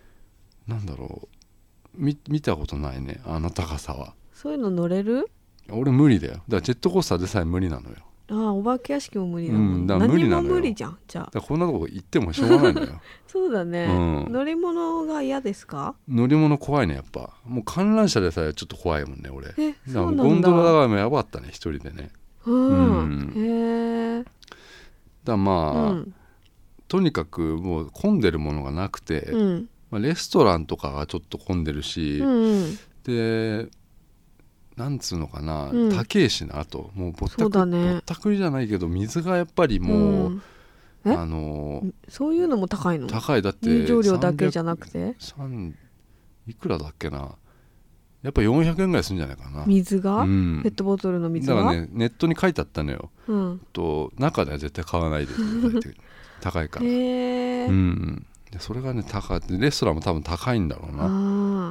[SPEAKER 1] なんだろうみ見たことないねあの高さは
[SPEAKER 2] そういうの乗れる
[SPEAKER 1] 俺無理だよだからジェットコースターでさえ無理なのよだか
[SPEAKER 2] あーお化け屋敷も無理だもん、
[SPEAKER 1] うんだから無理なのよ
[SPEAKER 2] 何も無理じゃんじゃあ
[SPEAKER 1] らこんなとこ行ってもしょうがないの よ
[SPEAKER 2] そうだね、
[SPEAKER 1] うん
[SPEAKER 2] 乗り物が嫌ですか
[SPEAKER 1] 乗り物怖いねやっぱもう観覧車でさえちょっと怖いもんね俺だか
[SPEAKER 2] え
[SPEAKER 1] ら
[SPEAKER 2] そ
[SPEAKER 1] も
[SPEAKER 2] う
[SPEAKER 1] う
[SPEAKER 2] なんだ
[SPEAKER 1] ゴンドラだからもうやばかったね一人でね
[SPEAKER 2] うん、
[SPEAKER 1] う
[SPEAKER 2] へえ
[SPEAKER 1] だからまあ、
[SPEAKER 2] うん
[SPEAKER 1] とにかくもう混んでるものがなくて、
[SPEAKER 2] うん
[SPEAKER 1] まあ、レストランとかがちょっと混んでるし、
[SPEAKER 2] うん
[SPEAKER 1] でなんつうのかな、
[SPEAKER 2] うん
[SPEAKER 1] 高えしなあともうぼった
[SPEAKER 2] そうだ
[SPEAKER 1] く、
[SPEAKER 2] ね
[SPEAKER 1] ぼったくりじゃないけど水がやっぱりもう、
[SPEAKER 2] うんえ
[SPEAKER 1] あの
[SPEAKER 2] んそういうのも高いの
[SPEAKER 1] 高いだって
[SPEAKER 2] 入場料だけじゃなくて
[SPEAKER 1] 3いくらだっけなやっぱ400円ぐらいするんじゃないかな
[SPEAKER 2] 水が、
[SPEAKER 1] うん
[SPEAKER 2] ペットボトルの水
[SPEAKER 1] だ
[SPEAKER 2] が
[SPEAKER 1] からねネットに書いてあったのよ
[SPEAKER 2] うん、
[SPEAKER 1] と中では絶対買わないでくださいって高いから、
[SPEAKER 2] へえ、
[SPEAKER 1] うん、でそれがね高くてレストランも多分高いんだろうな
[SPEAKER 2] あ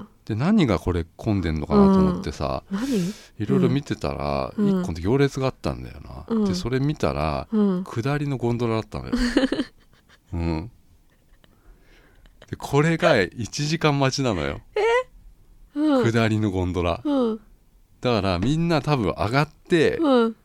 [SPEAKER 2] あ
[SPEAKER 1] で何がこれ混んでんのかなと思ってさ、
[SPEAKER 2] 何
[SPEAKER 1] いろいろ見てたら、一
[SPEAKER 2] うん
[SPEAKER 1] 1個の行列があったんだよな、
[SPEAKER 2] うん
[SPEAKER 1] でそれ見たら、
[SPEAKER 2] うん
[SPEAKER 1] 下りのゴンドラだった のよ、うん、でこれが1時間待ちなのよ、
[SPEAKER 2] うん
[SPEAKER 1] 下りのゴンドラ
[SPEAKER 2] うん
[SPEAKER 1] だからみんな多分上がって、
[SPEAKER 2] うん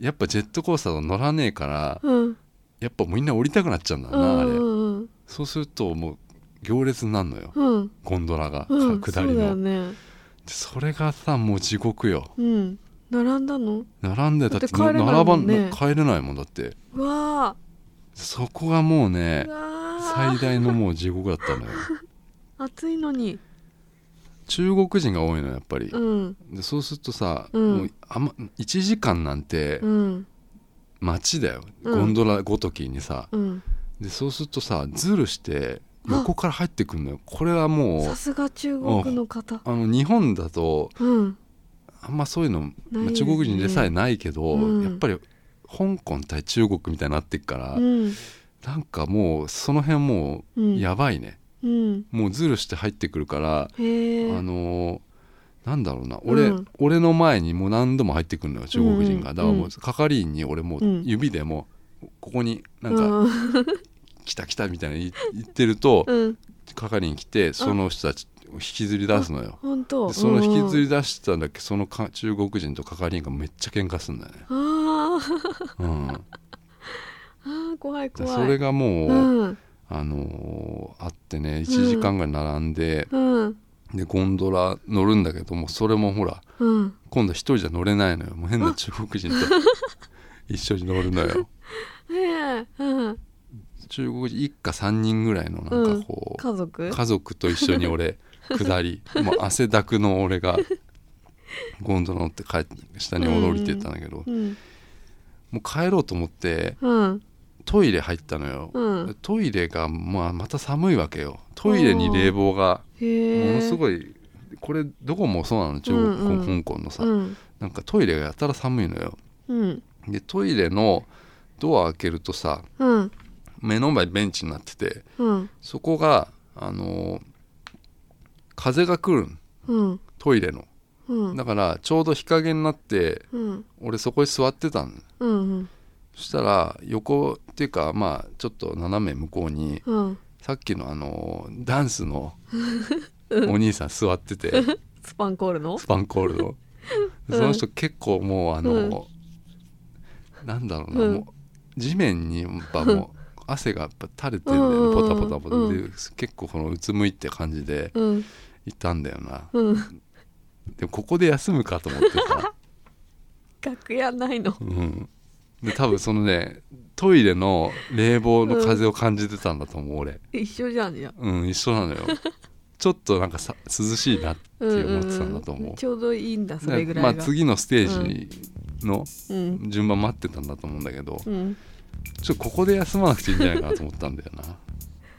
[SPEAKER 1] やっぱジェットコースターと乗らねえから、
[SPEAKER 2] うん
[SPEAKER 1] やっぱみんな降りたくなっちゃうんだ
[SPEAKER 2] う
[SPEAKER 1] ろうな、あれ
[SPEAKER 2] ん
[SPEAKER 1] そうするともう行列になるのよ
[SPEAKER 2] うん
[SPEAKER 1] ゴンドラが、
[SPEAKER 2] うん
[SPEAKER 1] 下り
[SPEAKER 2] そうだよ
[SPEAKER 1] の、
[SPEAKER 2] ね
[SPEAKER 1] でそれがさもう地獄よ
[SPEAKER 2] うん並んだの
[SPEAKER 1] 並んでたって
[SPEAKER 2] だって帰れない
[SPEAKER 1] 並ば
[SPEAKER 2] も
[SPEAKER 1] ん
[SPEAKER 2] んね
[SPEAKER 1] 帰れないもんだって
[SPEAKER 2] うわ
[SPEAKER 1] そこがもう
[SPEAKER 2] あ
[SPEAKER 1] ね
[SPEAKER 2] うわあ
[SPEAKER 1] 最大のもう地獄だったのよ
[SPEAKER 2] 暑いのに
[SPEAKER 1] 中国人が多いのやっぱり
[SPEAKER 2] う、ん
[SPEAKER 1] でそうするとさ、
[SPEAKER 2] うん
[SPEAKER 1] もうあんま1時間なんて
[SPEAKER 2] うん
[SPEAKER 1] 街だよ、
[SPEAKER 2] うん
[SPEAKER 1] ゴンドラごときにさ
[SPEAKER 2] うん
[SPEAKER 1] でそうするとさズルして横から入ってくるのよこれはもう
[SPEAKER 2] さすが中国の方
[SPEAKER 1] あの日本だと
[SPEAKER 2] うん
[SPEAKER 1] あんまそういうの、
[SPEAKER 2] ない
[SPEAKER 1] ま
[SPEAKER 2] です
[SPEAKER 1] あ中
[SPEAKER 2] ね
[SPEAKER 1] 国人でさえないけど、
[SPEAKER 2] うん
[SPEAKER 1] やっぱり香港対中国みたいになってっから、
[SPEAKER 2] うん
[SPEAKER 1] なんかもうその辺も
[SPEAKER 2] う
[SPEAKER 1] うんやばいね、
[SPEAKER 2] うん
[SPEAKER 1] もうズルして入ってくるから、
[SPEAKER 2] へえ
[SPEAKER 1] あのーなんだろうな俺、
[SPEAKER 2] うん
[SPEAKER 1] 俺の前にもう何度も入ってくるのよ中国人が、
[SPEAKER 2] うん
[SPEAKER 1] だからもう係員に俺もう
[SPEAKER 2] うん
[SPEAKER 1] 指でもうここになんか
[SPEAKER 2] うん
[SPEAKER 1] 「来た来た」みたいな言言ってると
[SPEAKER 2] うん
[SPEAKER 1] 係員来てその人たちを引きずり出すのよ
[SPEAKER 2] 本当
[SPEAKER 1] でその引きず
[SPEAKER 2] り
[SPEAKER 1] り出したんだっけそのか中国人と係員がめっちゃ喧嘩するんだよね、
[SPEAKER 2] あー
[SPEAKER 1] うん、
[SPEAKER 2] ああ怖い怖い
[SPEAKER 1] それがもう、
[SPEAKER 2] うん
[SPEAKER 1] あのーあってね1時間ぐらい並んで、
[SPEAKER 2] うん
[SPEAKER 1] でゴンドラ乗るんだけどもそれもほら
[SPEAKER 2] うん
[SPEAKER 1] 今度一人じゃ乗れないのよもう変な中国人 と一緒に乗るのよ
[SPEAKER 2] ええうん
[SPEAKER 1] 中国人一家3人ぐらいのなんかこう、
[SPEAKER 2] 家族
[SPEAKER 1] 家族と一緒に俺下りもう汗だくの俺がゴンドラ乗って帰って下に降りてったんだけど、
[SPEAKER 2] うん
[SPEAKER 1] もう帰ろうと思って
[SPEAKER 2] うん
[SPEAKER 1] トイレ入ったのよ、
[SPEAKER 2] うん
[SPEAKER 1] トイレが、まあ、また寒いわけよトイレに冷房が
[SPEAKER 2] へ
[SPEAKER 1] もの
[SPEAKER 2] え
[SPEAKER 1] す
[SPEAKER 2] い
[SPEAKER 1] ごいこれどこもそうなの中国、
[SPEAKER 2] うんうん
[SPEAKER 1] 香港のさ、
[SPEAKER 2] うん
[SPEAKER 1] なんかトイレがやたら寒いのよ
[SPEAKER 2] うん
[SPEAKER 1] でトイレのドア開けるとさ
[SPEAKER 2] うん
[SPEAKER 1] 目の前ベンチになってて
[SPEAKER 2] うん
[SPEAKER 1] そこがあのー風が来るん
[SPEAKER 2] うん
[SPEAKER 1] トイレの
[SPEAKER 2] うん
[SPEAKER 1] だからちょうど日陰になって
[SPEAKER 2] うん
[SPEAKER 1] 俺そこに座ってたの
[SPEAKER 2] うん
[SPEAKER 1] そしたら横っていうかまあちょっと斜め向こうに
[SPEAKER 2] うん
[SPEAKER 1] さっきのあのーダンスのお兄さん座ってて
[SPEAKER 2] スパンコールの
[SPEAKER 1] スパンコールド
[SPEAKER 2] うん
[SPEAKER 1] その人結構もうあの、なんだろうな、
[SPEAKER 2] うん
[SPEAKER 1] もう地面にやっぱもう汗がやっぱ垂れてるんだ
[SPEAKER 2] う
[SPEAKER 1] よ
[SPEAKER 2] んう
[SPEAKER 1] ね
[SPEAKER 2] んうん
[SPEAKER 1] ポタポタポタで、
[SPEAKER 2] う
[SPEAKER 1] 結構このうつむいって感じで
[SPEAKER 2] うん
[SPEAKER 1] いたんだよな
[SPEAKER 2] うん
[SPEAKER 1] でもここで休むかと思って さ、
[SPEAKER 2] 楽屋ないの
[SPEAKER 1] うん、で多分そのねトイレの冷房の風を感じてたんだと思う俺
[SPEAKER 2] 一緒じゃんじゃん
[SPEAKER 1] うん一緒なのよちょっとなんかさ涼しいなって思ってたんだと
[SPEAKER 2] うんうん
[SPEAKER 1] 思
[SPEAKER 2] う
[SPEAKER 1] うん
[SPEAKER 2] ちょうどいいんだそれぐ
[SPEAKER 1] で
[SPEAKER 2] ら
[SPEAKER 1] ま
[SPEAKER 2] いが
[SPEAKER 1] あ次のステージの、
[SPEAKER 2] うん
[SPEAKER 1] 順番待ってたんだと思うんだけど、
[SPEAKER 2] うん
[SPEAKER 1] ちょっとここで休まなくていいんじゃないかなと思ったんだよな。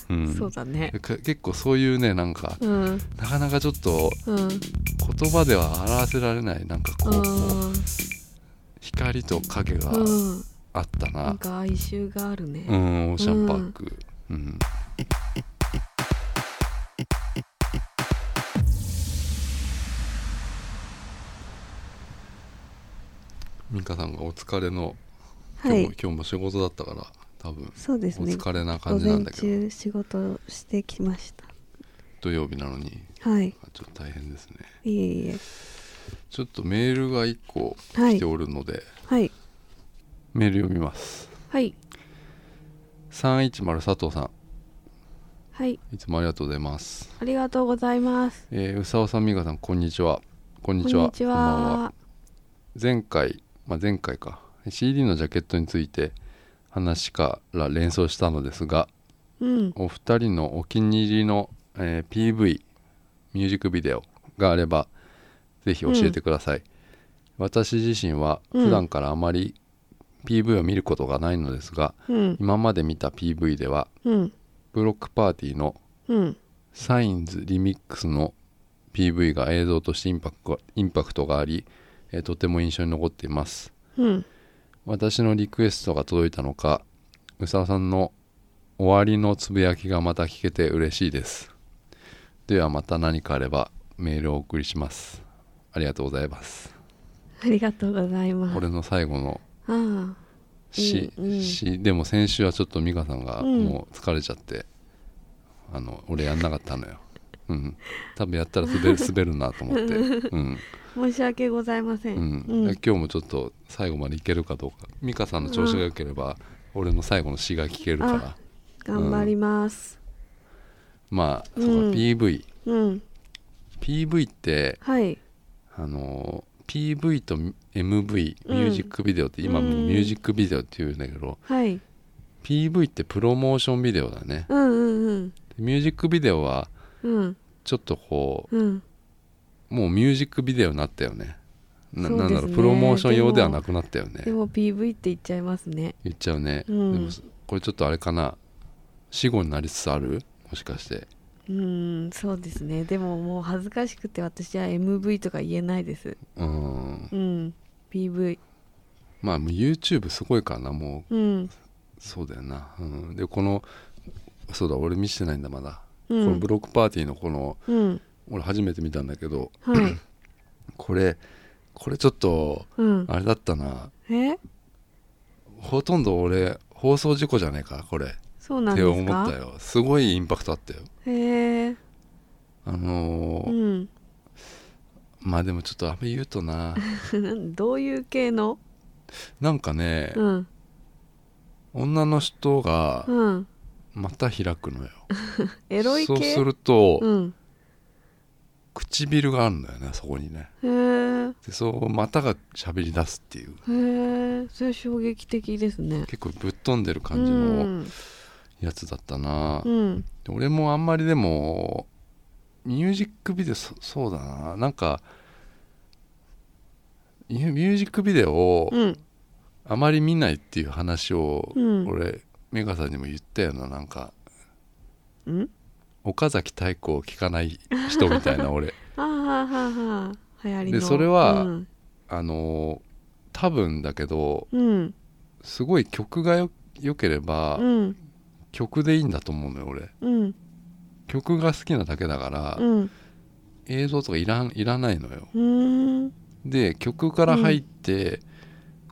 [SPEAKER 1] うん、
[SPEAKER 2] そうだね
[SPEAKER 1] か結構そういうねなんか
[SPEAKER 2] うん
[SPEAKER 1] なかなかちょっと
[SPEAKER 2] うん
[SPEAKER 1] 言葉では表せられないなんかこう、
[SPEAKER 2] うん
[SPEAKER 1] 光と影が
[SPEAKER 2] うん
[SPEAKER 1] あった
[SPEAKER 2] な、
[SPEAKER 1] なん
[SPEAKER 2] か哀愁があるね
[SPEAKER 1] うんオーシャンパーク、うんミカさんがお疲れの今
[SPEAKER 4] は
[SPEAKER 1] 日も,、
[SPEAKER 4] い、
[SPEAKER 1] 今日も仕事だったから多分
[SPEAKER 4] そうです
[SPEAKER 1] お
[SPEAKER 4] ね。
[SPEAKER 1] 疲れな感
[SPEAKER 4] 午
[SPEAKER 1] じなん
[SPEAKER 4] 前
[SPEAKER 1] だけど
[SPEAKER 4] 中仕事をしてきました。
[SPEAKER 1] 土曜日なのに
[SPEAKER 4] はい、
[SPEAKER 1] あちょっと大変ですね
[SPEAKER 4] いえいえ。
[SPEAKER 1] ちょっとメールが1個
[SPEAKER 4] はい
[SPEAKER 1] 来ておるので、
[SPEAKER 4] はい、
[SPEAKER 1] メール読みます
[SPEAKER 2] はい
[SPEAKER 1] 310佐藤さ
[SPEAKER 2] は
[SPEAKER 1] ん
[SPEAKER 2] い
[SPEAKER 1] いつもありがとうございます
[SPEAKER 2] ありがとうございます
[SPEAKER 1] えーうさおさんみかさんこんにちはこん
[SPEAKER 2] こ
[SPEAKER 1] に
[SPEAKER 2] ん
[SPEAKER 1] ちは
[SPEAKER 2] にち
[SPEAKER 1] こんばん
[SPEAKER 2] は
[SPEAKER 1] 前回、まあ、前回か CD のジャケットについて話から連想したのですが
[SPEAKER 2] うん
[SPEAKER 1] お二人のお気に入りの、えー PV ミュージックビデオがあればぜひ教えてください、私自身は
[SPEAKER 2] うん
[SPEAKER 1] 普段からあまり PV を見ることがないのですが、
[SPEAKER 2] うん
[SPEAKER 1] 今まで見た PV では
[SPEAKER 2] うん
[SPEAKER 1] ブロックパーティーの
[SPEAKER 2] うん
[SPEAKER 1] サインズリミックスの PV が映像としてインパクトインパクトがあり、えーとても印象に残っています
[SPEAKER 2] うん
[SPEAKER 1] 私のリクエストが届いたのか宇佐さんの終わりのつぶやきがまた聞けて嬉しいですではまた何かあればメールをお送りしますありがとうございます
[SPEAKER 2] ありがとうございます
[SPEAKER 1] 俺の最後の
[SPEAKER 2] あ
[SPEAKER 1] 詩、
[SPEAKER 2] うんうん
[SPEAKER 1] 詩でも先週はちょっと美香さんが
[SPEAKER 2] うん
[SPEAKER 1] もう疲れちゃって、あの俺やんなかったのようん多分やったら滑 る滑るなと思ってうん、
[SPEAKER 2] あ申し訳ございません
[SPEAKER 1] うん
[SPEAKER 2] うん
[SPEAKER 1] 今日もちょっと最後までいけるかどうか美香さんの調子が良ければ、俺の最後の詩が聞けるから
[SPEAKER 2] あ頑張ります
[SPEAKER 1] まあ、そうか
[SPEAKER 2] うん
[SPEAKER 1] PV
[SPEAKER 2] うん
[SPEAKER 1] PV って
[SPEAKER 2] はい
[SPEAKER 1] あのー PV と MV ミ
[SPEAKER 2] うん
[SPEAKER 1] ュージックビデオって、今もううんミュージックビデオっていうんだけど、
[SPEAKER 2] はい
[SPEAKER 1] PV ってプロモーションビデオだね
[SPEAKER 2] うんうん
[SPEAKER 1] ミュージックビデオは
[SPEAKER 2] うんうん
[SPEAKER 1] ちょっとこ
[SPEAKER 2] うん
[SPEAKER 1] うもうミュージックビデオになったよねな
[SPEAKER 2] そうで
[SPEAKER 1] な
[SPEAKER 2] すね
[SPEAKER 1] んだろうプロモーション用ではなくなったよね
[SPEAKER 2] でも PV って言っちゃいますね
[SPEAKER 1] 言っちゃうね、
[SPEAKER 2] うん
[SPEAKER 1] でもこれちょっとあれかな死後になりつつあるもしかして
[SPEAKER 2] うんそうですねでももう恥ずかしくて私は MV とか言えないです
[SPEAKER 1] うん
[SPEAKER 2] うん PV
[SPEAKER 1] まあもう YouTube すごいからなもう
[SPEAKER 2] うん
[SPEAKER 1] そうだよな、うん、でこのそうだ俺見してないんだまだ、こ
[SPEAKER 2] う
[SPEAKER 1] の
[SPEAKER 2] ん
[SPEAKER 1] ブロックパーティーのこの
[SPEAKER 2] うん
[SPEAKER 1] 俺初めて見たんだけど
[SPEAKER 2] はい
[SPEAKER 1] これこれちょっと
[SPEAKER 2] うん
[SPEAKER 1] あれだったな
[SPEAKER 2] え
[SPEAKER 1] ほとんど俺放送事故じゃねえかこれっ
[SPEAKER 2] そうなんで
[SPEAKER 1] て
[SPEAKER 2] すか
[SPEAKER 1] 思ったよすごいインパクトあったよ
[SPEAKER 2] へえ
[SPEAKER 1] あの
[SPEAKER 2] う
[SPEAKER 1] ー
[SPEAKER 2] ん
[SPEAKER 1] まあでもちょっとあんま言うとな
[SPEAKER 2] どういう系の
[SPEAKER 1] なんかね、
[SPEAKER 2] うん
[SPEAKER 1] 女の人が
[SPEAKER 2] うん
[SPEAKER 1] また開くのよ、
[SPEAKER 2] エロい
[SPEAKER 1] そう
[SPEAKER 2] 系
[SPEAKER 1] すると、
[SPEAKER 2] うん
[SPEAKER 1] 唇があるんだよねそこにね
[SPEAKER 2] へえ
[SPEAKER 1] でそう股が喋り出すっていう
[SPEAKER 2] へえそれ衝撃的ですね
[SPEAKER 1] 結構ぶっ飛んでる
[SPEAKER 2] う
[SPEAKER 1] 感じの
[SPEAKER 2] ん
[SPEAKER 1] やつだったな、
[SPEAKER 2] うん
[SPEAKER 1] で俺もあんまりでもミュージックビデオそそうだななんかミュミュージックビデオを
[SPEAKER 2] うん
[SPEAKER 1] あまり見ないっていう話を、
[SPEAKER 2] うん
[SPEAKER 1] 俺美香さんにも言ったよななんか
[SPEAKER 2] うん
[SPEAKER 1] 岡崎太鼓を聴かない人み たいな俺
[SPEAKER 2] あーはーはーはー流行りの
[SPEAKER 1] でそれは
[SPEAKER 2] うん
[SPEAKER 1] あのー多分だけど
[SPEAKER 2] うん
[SPEAKER 1] すごい曲がよ良ければ、
[SPEAKER 2] うん
[SPEAKER 1] 曲でいいんだと思うのよ俺
[SPEAKER 2] うん
[SPEAKER 1] 曲が好きなだけだから、
[SPEAKER 2] うん
[SPEAKER 1] 映像とかいらんいらないのよ
[SPEAKER 2] うーん
[SPEAKER 1] で曲から入って、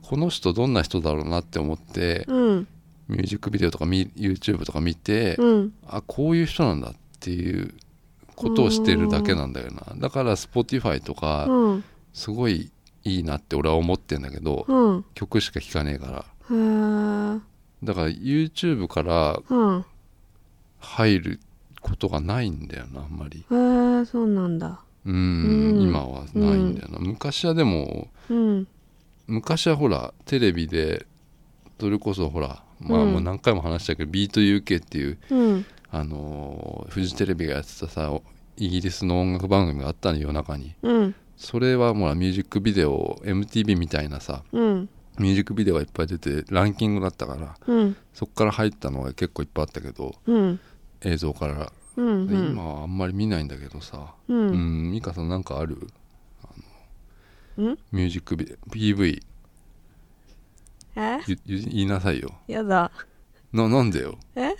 [SPEAKER 1] この人どんな人だろうなって思って、
[SPEAKER 2] うん
[SPEAKER 1] ミュージックビデオとかみ YouTube とか見て、
[SPEAKER 2] うん
[SPEAKER 1] あこういう人なんだっていうことをしてるだけなんだよなだから Spotify とか
[SPEAKER 2] うん
[SPEAKER 1] すごいいいなって俺は思ってんだけど、
[SPEAKER 2] うん
[SPEAKER 1] 曲しか聴かねえから
[SPEAKER 2] へー
[SPEAKER 1] だから YouTube から
[SPEAKER 2] うん
[SPEAKER 1] 入ることがないんだよなあんまり
[SPEAKER 2] へーそうなんだ
[SPEAKER 1] うん
[SPEAKER 2] うん
[SPEAKER 1] 今はないんだよな、昔はでも
[SPEAKER 2] うん
[SPEAKER 1] 昔はほらテレビでそれこそほらまあ
[SPEAKER 2] うん
[SPEAKER 1] もう何回も話したけど、ビート UK っていう
[SPEAKER 2] うん
[SPEAKER 1] あのーフジテレビがやってたさイギリスの音楽番組があったの夜中に
[SPEAKER 2] うん
[SPEAKER 1] それはもうミュージックビデオ MTV みたいなさ
[SPEAKER 2] うん
[SPEAKER 1] ミュージックビデオがいっぱい出てランキングだったから
[SPEAKER 2] うん
[SPEAKER 1] そこから入ったのが結構いっぱいあったけど
[SPEAKER 2] うん
[SPEAKER 1] 映像から、
[SPEAKER 2] うんうん
[SPEAKER 1] で今はあんまり見ないんだけどさ
[SPEAKER 2] う
[SPEAKER 1] うんん美香さんなんかある
[SPEAKER 2] うん
[SPEAKER 1] ミュージックビデオ PV
[SPEAKER 2] え
[SPEAKER 1] ゆゆ言いなさいよ
[SPEAKER 2] やだ
[SPEAKER 1] ななんでよ
[SPEAKER 2] え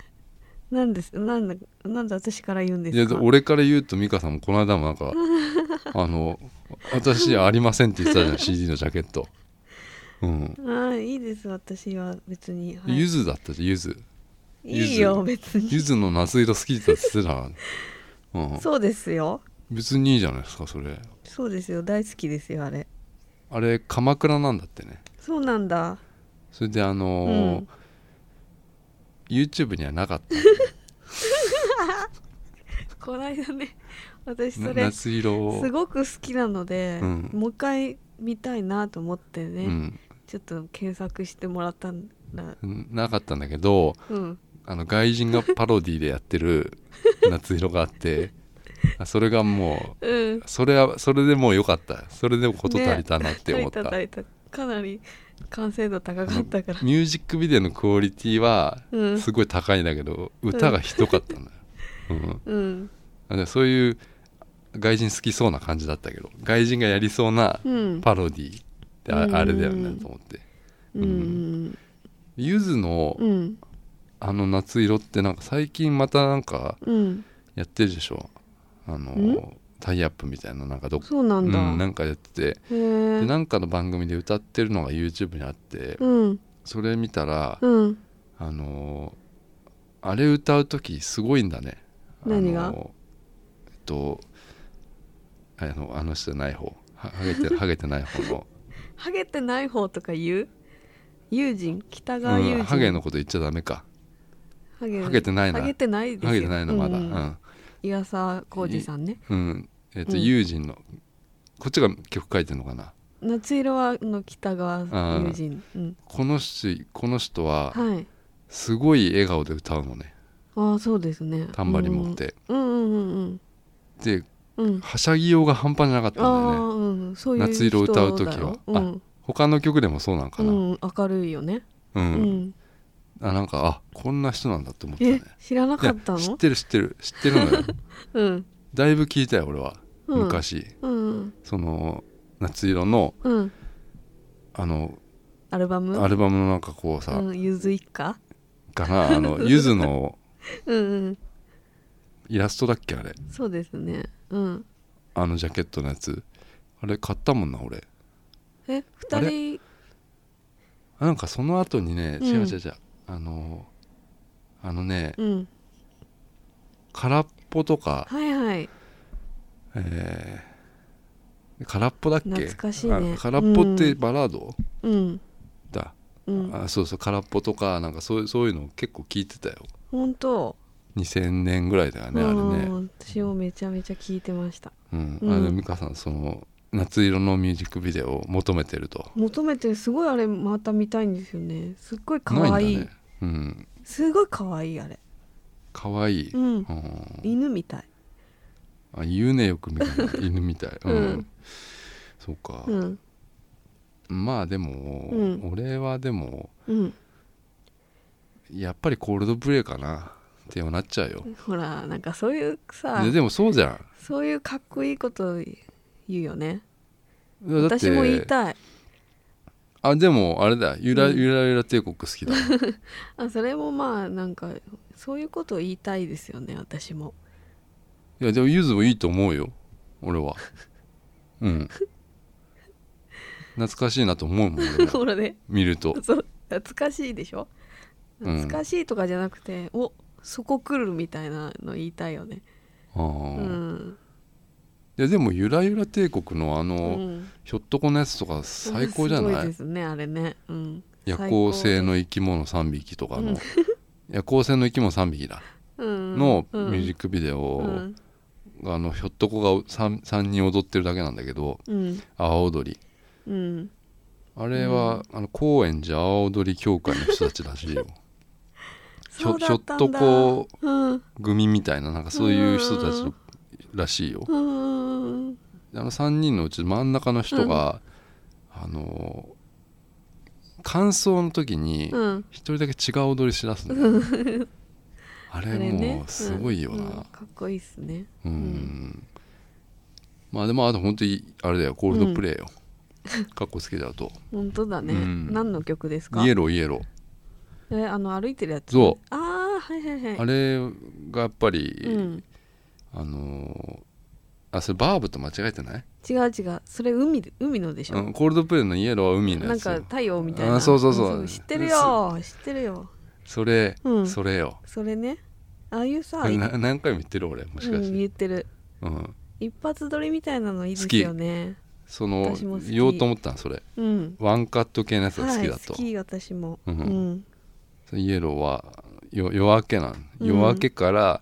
[SPEAKER 2] なんですなんだなんで私から言うんで
[SPEAKER 1] いや
[SPEAKER 2] す
[SPEAKER 1] で
[SPEAKER 2] か
[SPEAKER 1] 俺から言うと美香さんもこの間もなん かあの私ありませんって言って たじゃん CD のジャケットうん
[SPEAKER 2] ああいいです私は別に、はい、
[SPEAKER 1] ゆず、だったじゃんゆず
[SPEAKER 2] いいよ別に
[SPEAKER 1] ゆずの夏色好きだっつってたな、うん、
[SPEAKER 2] そうですよ
[SPEAKER 1] 別にいいじゃないですかそれ
[SPEAKER 2] そうですよ大好きですよあれ
[SPEAKER 1] あれ鎌倉なんだってね
[SPEAKER 2] そうなんだ
[SPEAKER 1] それであのー
[SPEAKER 2] うん
[SPEAKER 1] YouTube にはなかった
[SPEAKER 2] こないだね私
[SPEAKER 1] な
[SPEAKER 2] それす
[SPEAKER 1] 夏色を
[SPEAKER 2] ごく好きなので、
[SPEAKER 1] うん
[SPEAKER 2] もう一回見たいなと思ってね、
[SPEAKER 1] うん
[SPEAKER 2] ちょっと検索してもらったんだ
[SPEAKER 1] なかったんだけど
[SPEAKER 2] うん
[SPEAKER 1] あの外人がパロディでやってる夏色があって あそれがもう
[SPEAKER 2] うん
[SPEAKER 1] それはそれでもう良かったそれでも事足りたなって思った,、
[SPEAKER 2] 足りた足りたかなり完成度高かったから
[SPEAKER 1] ミュージックビデオのクオリティは
[SPEAKER 2] うん
[SPEAKER 1] すごい高いんだけど、歌がひどかったんだよ、うん
[SPEAKER 2] うん
[SPEAKER 1] あでそういう外人好きそうな感じだったけど外人がやりそうな
[SPEAKER 2] うん
[SPEAKER 1] パロディってあ,、
[SPEAKER 2] うん
[SPEAKER 1] あれだよねと思って
[SPEAKER 2] うん
[SPEAKER 1] ゆずの
[SPEAKER 2] うん
[SPEAKER 1] あの夏色ってなんか最近またなんか
[SPEAKER 2] うん
[SPEAKER 1] やってるでしょあの
[SPEAKER 2] ん
[SPEAKER 1] タイアップみたいななんかどっか
[SPEAKER 2] そうなんだ、
[SPEAKER 1] うん、なんかやってて
[SPEAKER 2] へ
[SPEAKER 1] で
[SPEAKER 2] え
[SPEAKER 1] なんかの番組で歌ってるのが YouTube にあって
[SPEAKER 2] うん
[SPEAKER 1] それ見たら、
[SPEAKER 2] うん
[SPEAKER 1] あのーあれ歌う時すごいんだね
[SPEAKER 2] 何が
[SPEAKER 1] あのーえっとあのあの人じゃない方ははげて るはげてない方の、
[SPEAKER 2] ハゲてない方とか言う友人北川友人、
[SPEAKER 1] うん、ハゲのこと言っちゃダメか
[SPEAKER 2] ハゲ
[SPEAKER 1] ハゲてないな
[SPEAKER 2] ハゲてないですよ
[SPEAKER 1] ハゲてないのまだ
[SPEAKER 2] う
[SPEAKER 1] うんん、
[SPEAKER 2] 岩沢浩二さんね
[SPEAKER 1] うんえっと、
[SPEAKER 2] うん
[SPEAKER 1] 友人のこっちが曲書いてるのかな
[SPEAKER 2] 夏色はあの北川友人うん
[SPEAKER 1] この人この人は
[SPEAKER 2] はい
[SPEAKER 1] すごい笑顔で歌うのね
[SPEAKER 2] ああそうですね
[SPEAKER 1] タンバリン持って、
[SPEAKER 2] うんうんうん
[SPEAKER 1] で
[SPEAKER 2] うんうん
[SPEAKER 1] はしゃぎようが半端じゃなかった
[SPEAKER 2] ああ
[SPEAKER 1] んだよね
[SPEAKER 2] ーうんそういう
[SPEAKER 1] 夏色歌う時は
[SPEAKER 2] 人だろ
[SPEAKER 1] あ
[SPEAKER 2] うん
[SPEAKER 1] 他の曲でもそうなんか
[SPEAKER 2] う
[SPEAKER 1] な、
[SPEAKER 2] ん明るいよね
[SPEAKER 1] う
[SPEAKER 2] うんん
[SPEAKER 1] あなんかあこんな人なんだって思ったね
[SPEAKER 2] え知らないか
[SPEAKER 1] や
[SPEAKER 2] った
[SPEAKER 1] 知っ
[SPEAKER 2] の
[SPEAKER 1] てる知ってる知ってるの よ
[SPEAKER 2] うん
[SPEAKER 1] だいぶ聞いたよ俺は、
[SPEAKER 2] うん
[SPEAKER 1] 昔
[SPEAKER 2] うん
[SPEAKER 1] その夏色の
[SPEAKER 2] うん
[SPEAKER 1] あの
[SPEAKER 2] アルバム
[SPEAKER 1] アルバムのなんかこうさ、
[SPEAKER 2] うんゆず一家
[SPEAKER 1] かなあ のゆずの
[SPEAKER 2] うんうん
[SPEAKER 1] イラストだっけあれ
[SPEAKER 2] そうですねうん
[SPEAKER 1] あのジャケットのやつあれ買ったもんな俺
[SPEAKER 2] え
[SPEAKER 1] あ
[SPEAKER 2] 二人
[SPEAKER 1] あなんかその後にね
[SPEAKER 2] うん
[SPEAKER 1] 違う違う違う、あのあのね
[SPEAKER 2] うん
[SPEAKER 1] 空っぽとか、
[SPEAKER 2] はいはい
[SPEAKER 1] えー空っぽだっけ
[SPEAKER 2] 懐かしいね
[SPEAKER 1] あ空っぽって
[SPEAKER 2] うん
[SPEAKER 1] バラード、
[SPEAKER 2] うん
[SPEAKER 1] だ
[SPEAKER 2] うん
[SPEAKER 1] あそうそう空っぽとかなんかそういうそういうの結構聞いてたよ
[SPEAKER 2] 本当
[SPEAKER 1] 2000年ぐらいだよねあれね、
[SPEAKER 2] うん私もめちゃめちゃ聞いてました
[SPEAKER 1] うん
[SPEAKER 2] うん
[SPEAKER 1] あれ美香さんその夏色のミュージックビデオを求めてると
[SPEAKER 2] 求めてすごいあれまた見たいんですよねすっごい可
[SPEAKER 1] ないんだ
[SPEAKER 2] 愛い
[SPEAKER 1] ねうん
[SPEAKER 2] すごい可愛いあれ
[SPEAKER 1] かわいい、
[SPEAKER 2] うん、
[SPEAKER 1] うん
[SPEAKER 2] 犬みたい
[SPEAKER 1] あ言うねよく見たら犬みたい、うん
[SPEAKER 2] うん
[SPEAKER 1] そうか、
[SPEAKER 2] うん
[SPEAKER 1] まあでも、
[SPEAKER 2] うん
[SPEAKER 1] 俺はでも
[SPEAKER 2] うん
[SPEAKER 1] やっぱりコールドプレイかなってなっちゃうよ、
[SPEAKER 2] ほらなんかそういうさ
[SPEAKER 1] ででもそうじゃん
[SPEAKER 2] そういうかっこいいこと言うよね
[SPEAKER 1] だって
[SPEAKER 2] 私も言いたい
[SPEAKER 1] あでもあれだゆら
[SPEAKER 2] うん
[SPEAKER 1] ゆらゆら帝国好きだ、
[SPEAKER 2] あそれもまあなんかそういうことを言いたいですよね私も
[SPEAKER 1] いやでもゆずもいいと思うよ俺はうん懐かしいなと思うもん俺も
[SPEAKER 2] ほらね
[SPEAKER 1] 見ると
[SPEAKER 2] そう懐かしいでしょ
[SPEAKER 1] うん
[SPEAKER 2] 懐かしいとかじゃなくて、おそこ来るみたいなの言いたいよね
[SPEAKER 1] あ
[SPEAKER 2] う
[SPEAKER 1] ー、い
[SPEAKER 2] ん、
[SPEAKER 1] やでもゆらゆら帝国のあ
[SPEAKER 2] う
[SPEAKER 1] の、
[SPEAKER 2] ん、
[SPEAKER 1] ひょっとこのやつとか最高じゃ
[SPEAKER 2] すご
[SPEAKER 1] ない
[SPEAKER 2] で
[SPEAKER 1] い
[SPEAKER 2] すねあれね、うん、
[SPEAKER 1] 夜行性
[SPEAKER 2] 最
[SPEAKER 1] の生き物3匹とかの、
[SPEAKER 2] うん
[SPEAKER 1] 夜行性の生き物3匹だ、
[SPEAKER 2] 高うん
[SPEAKER 1] のミュージッ
[SPEAKER 2] ク
[SPEAKER 1] クビデオ、
[SPEAKER 2] うん
[SPEAKER 1] あのひょっとこが 3, 三人踊ってるだけなんだけど
[SPEAKER 2] うん
[SPEAKER 1] 阿波踊り
[SPEAKER 2] うん
[SPEAKER 1] あれは、あの高円寺阿波踊り協会の人たちらしいよひ
[SPEAKER 2] そ
[SPEAKER 1] ょ
[SPEAKER 2] うだたんだ
[SPEAKER 1] ひょっとこ
[SPEAKER 2] うん
[SPEAKER 1] 組みたいななんかそういう人たちらしいよ、
[SPEAKER 2] うん
[SPEAKER 1] あの3人のうち真ん中の人が、あの感想の時に
[SPEAKER 2] うん
[SPEAKER 1] 一人だけ違う踊りしだすのよ、あ
[SPEAKER 2] あ
[SPEAKER 1] れ
[SPEAKER 2] れ
[SPEAKER 1] も
[SPEAKER 2] ね
[SPEAKER 1] うすごいよな、
[SPEAKER 2] うんうんかっこいいっすね
[SPEAKER 1] うんんまあでもあと本当にあれだよコールドプレイよ、かっこつけちゃうと
[SPEAKER 2] 本当だね、
[SPEAKER 1] うん
[SPEAKER 2] 何の曲ですか
[SPEAKER 1] イエローイエロ
[SPEAKER 2] えあの歩いてるやつ
[SPEAKER 1] そう
[SPEAKER 2] ああはいはいはい
[SPEAKER 1] ーあれがやっぱり、
[SPEAKER 2] うん、
[SPEAKER 1] あのーあそれバーブと間違えてない、
[SPEAKER 2] 違う違うそれ海で海のでしょ、
[SPEAKER 1] うん、コールドプレイのイエローは海の
[SPEAKER 2] な
[SPEAKER 1] や
[SPEAKER 2] ん
[SPEAKER 1] つよ
[SPEAKER 2] か太陽みたいな
[SPEAKER 1] あそうそうそう
[SPEAKER 2] 知ってるよ知ってるよ
[SPEAKER 1] それ、
[SPEAKER 2] うん
[SPEAKER 1] それよ
[SPEAKER 2] それねああいうさ
[SPEAKER 1] これな何回も言ってる俺もしかし
[SPEAKER 2] うん、
[SPEAKER 1] て、
[SPEAKER 2] 言ってる
[SPEAKER 1] うん
[SPEAKER 2] 一発撮りみたいなのいいですよね
[SPEAKER 1] その
[SPEAKER 2] 私も好き
[SPEAKER 1] 言おうと思ったのそれ
[SPEAKER 2] うん
[SPEAKER 1] ワンカット系のやつが好きだ
[SPEAKER 2] はい、
[SPEAKER 1] と、
[SPEAKER 2] 好き私も
[SPEAKER 1] うん
[SPEAKER 2] うん
[SPEAKER 1] そのイエローはよ夜明けなん
[SPEAKER 2] うん
[SPEAKER 1] 夜明けから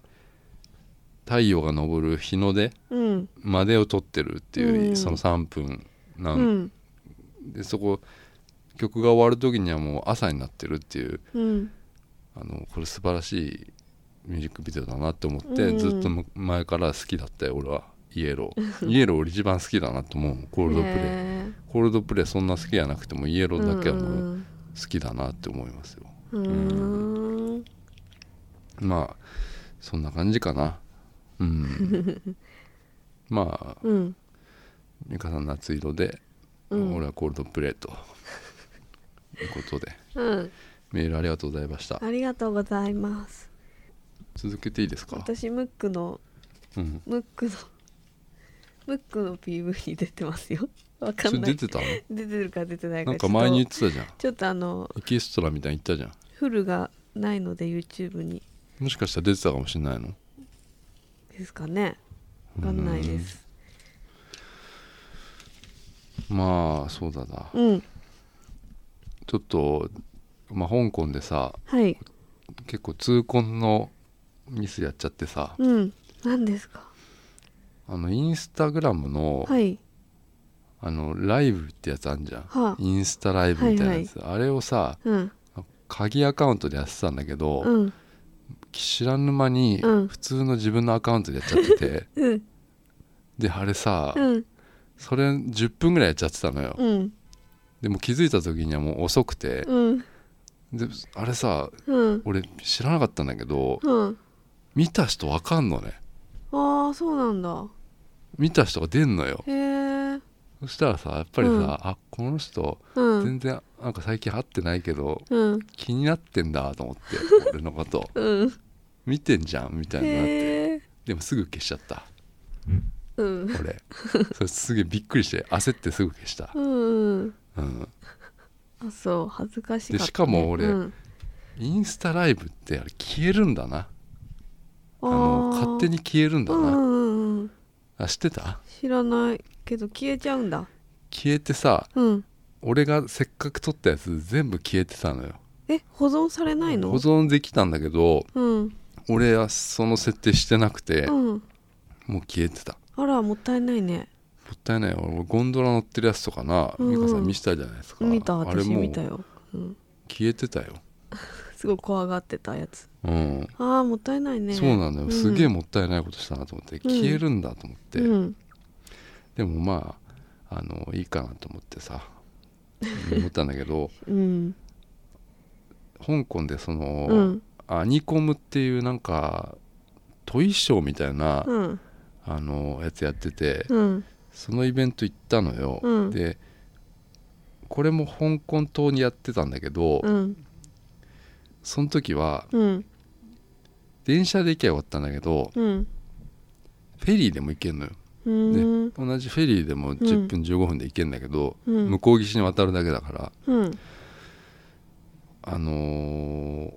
[SPEAKER 1] 太陽が昇る日の出、
[SPEAKER 2] うん
[SPEAKER 1] までを撮ってるっていう、
[SPEAKER 2] うん
[SPEAKER 1] その3分な、
[SPEAKER 2] うんん
[SPEAKER 1] でそこ曲が終わる時にはもう朝になってるっていう
[SPEAKER 2] うん
[SPEAKER 1] あのこれ素晴らしいミュージックビデオだなって思って、
[SPEAKER 2] うん
[SPEAKER 1] ずっとむ前から好きだったよ俺はイエローイエロー俺一番好きだなと思うコールドプレイ、
[SPEAKER 2] ね
[SPEAKER 1] コールドプレイそんな好きじゃなくてもイエローだけは
[SPEAKER 2] う
[SPEAKER 1] もうん好きだなって思いますよ、
[SPEAKER 2] うんうん
[SPEAKER 1] まあそんな感じかなうんまあ
[SPEAKER 2] うん
[SPEAKER 1] 美香さん夏色で
[SPEAKER 2] うん
[SPEAKER 1] 俺はコールドプレイということで
[SPEAKER 2] うん
[SPEAKER 1] メールありがとうございました
[SPEAKER 2] ありがとうございます
[SPEAKER 1] 続けていいですか、
[SPEAKER 2] 私ムックの
[SPEAKER 1] うん、
[SPEAKER 2] ムックのムックの PV に出てますよわか
[SPEAKER 1] それ
[SPEAKER 2] んない
[SPEAKER 1] 出てたの
[SPEAKER 2] 出てるか出てないか
[SPEAKER 1] なんか前に言っ
[SPEAKER 2] ちょ
[SPEAKER 1] てたじゃん
[SPEAKER 2] っとちょっとあの
[SPEAKER 1] エキストラみたいに言ったじゃ
[SPEAKER 2] フルがないので YouTube に
[SPEAKER 1] んもしかしたら出てたかもしれないの
[SPEAKER 2] ですかねわかんないです
[SPEAKER 1] まあそうだな
[SPEAKER 2] うん
[SPEAKER 1] ちょっと、まあ、香港でさ
[SPEAKER 2] はい
[SPEAKER 1] 結構痛恨のミスやっちゃってさ
[SPEAKER 2] うん何ですか
[SPEAKER 1] あのインスタグラムの,、
[SPEAKER 2] はい
[SPEAKER 1] あのライブってやつあんじゃん、
[SPEAKER 2] はあ
[SPEAKER 1] インスタライブみたいなやつ、あれをさ
[SPEAKER 2] うん
[SPEAKER 1] 鍵アカウントでやってたんだけど、
[SPEAKER 2] うん
[SPEAKER 1] 知らぬ間に
[SPEAKER 2] うん
[SPEAKER 1] 普通の自分のアカウントでやっちゃってて、
[SPEAKER 2] うん
[SPEAKER 1] であれさ、
[SPEAKER 2] うん
[SPEAKER 1] それ10分ぐらいやっちゃってたのよ、
[SPEAKER 2] うん
[SPEAKER 1] でも気づいた時にはもう遅くて、
[SPEAKER 2] うん
[SPEAKER 1] であれさ
[SPEAKER 2] うん
[SPEAKER 1] 俺知らなかったんだけど、
[SPEAKER 2] うん
[SPEAKER 1] 見た人わかんのね
[SPEAKER 2] ああそうなんだ
[SPEAKER 1] 見た人が出んのよ
[SPEAKER 2] へえ
[SPEAKER 1] そしたらさやっぱりさ、
[SPEAKER 2] うん
[SPEAKER 1] あこの人
[SPEAKER 2] う
[SPEAKER 1] 全
[SPEAKER 2] ん
[SPEAKER 1] 然なんか最近会ってないけど
[SPEAKER 2] うん
[SPEAKER 1] 気になってんだと 思って俺のこと
[SPEAKER 2] うん
[SPEAKER 1] 見てんじゃんみたいになって
[SPEAKER 2] へえ
[SPEAKER 1] でもすぐ消しちゃった
[SPEAKER 2] うん
[SPEAKER 1] 俺それすげえびっくりして焦ってすぐ消した、
[SPEAKER 2] うん
[SPEAKER 1] うん、
[SPEAKER 2] あそう恥ずかしかったね、
[SPEAKER 1] でしかも俺
[SPEAKER 2] うん
[SPEAKER 1] インスタライブってあれ消えるんだなあの
[SPEAKER 2] あー
[SPEAKER 1] 勝手に消えるんだ
[SPEAKER 2] うんう
[SPEAKER 1] な、
[SPEAKER 2] んうん
[SPEAKER 1] あ知ってた
[SPEAKER 2] 知らないけど消えちゃうんだ
[SPEAKER 1] 消えてさ
[SPEAKER 2] うん
[SPEAKER 1] 俺がせっかく撮ったやつ全部消えてたのよ
[SPEAKER 2] え保存されないの
[SPEAKER 1] 保存できたんだけど
[SPEAKER 2] うん
[SPEAKER 1] 俺はその設定してなくて、
[SPEAKER 2] うん
[SPEAKER 1] もう消えてたも
[SPEAKER 2] あらもったいないね
[SPEAKER 1] ったいないよ俺ゴンドラ乗ってるやつとかな、
[SPEAKER 2] うん
[SPEAKER 1] 美香さん見せたじゃないですか
[SPEAKER 2] 見た
[SPEAKER 1] あれ
[SPEAKER 2] 私
[SPEAKER 1] もう
[SPEAKER 2] 見たよ、うん、
[SPEAKER 1] 消えてたよ
[SPEAKER 2] すごい怖がってたやつ
[SPEAKER 1] うん、
[SPEAKER 2] あーもったいないね
[SPEAKER 1] そうなんだよ、すげえ
[SPEAKER 2] っ
[SPEAKER 1] もったいないことしたなと思って、
[SPEAKER 2] ん
[SPEAKER 1] 消えるんだと思って、
[SPEAKER 2] うん
[SPEAKER 1] でもまああのいいかなと思ってさ思ったんだけ ど
[SPEAKER 2] うん
[SPEAKER 1] 香港でその、
[SPEAKER 2] うん
[SPEAKER 1] アニコムっていうなんかトイショーみたいな、
[SPEAKER 2] うん
[SPEAKER 1] あのやつやってて、
[SPEAKER 2] うん
[SPEAKER 1] そのイベント行ったのよ、
[SPEAKER 2] うん
[SPEAKER 1] でこれも香港島にやってたんだけど、
[SPEAKER 2] うん
[SPEAKER 1] その時は
[SPEAKER 2] うん
[SPEAKER 1] 電車で行けばよかったんだけど、
[SPEAKER 2] うん
[SPEAKER 1] フェリーでも行けんのよ
[SPEAKER 2] うーん
[SPEAKER 1] 同じフェリーでも10分15分で行けんだけど、
[SPEAKER 2] うん
[SPEAKER 1] 向こう岸に渡るだけだから
[SPEAKER 2] うん
[SPEAKER 1] あのー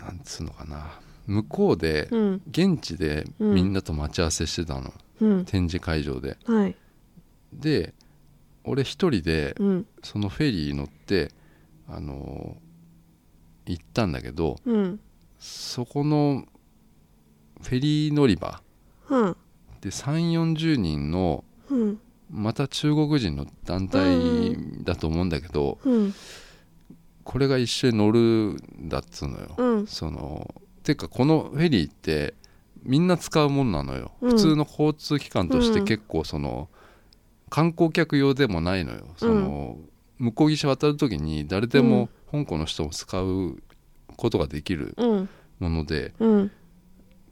[SPEAKER 1] なんつうのかな向こうで、
[SPEAKER 2] うん
[SPEAKER 1] 現地でみんなと待ち合わせしてたの、
[SPEAKER 2] うん
[SPEAKER 1] 展示会場で
[SPEAKER 2] はい
[SPEAKER 1] で俺一人で
[SPEAKER 2] うん
[SPEAKER 1] そのフェリー乗って、あのー行ったんだけど
[SPEAKER 2] うん
[SPEAKER 1] そこのフェリー乗り場
[SPEAKER 2] うん
[SPEAKER 1] で3 4 0人の
[SPEAKER 2] うん
[SPEAKER 1] また中国人の団
[SPEAKER 2] う
[SPEAKER 1] 体だと思うんだけど、
[SPEAKER 2] うん
[SPEAKER 1] これが一緒に乗るんだっつうのよ、
[SPEAKER 2] うん
[SPEAKER 1] そのてかこのフェリーってみんな使うもんなのよ、
[SPEAKER 2] うん
[SPEAKER 1] 普通の交通機関として
[SPEAKER 2] うん
[SPEAKER 1] 結構その観光客用でもないのよその、向こう岸渡る時に誰でも香港の人も使うことができる
[SPEAKER 2] うん
[SPEAKER 1] もので
[SPEAKER 2] うん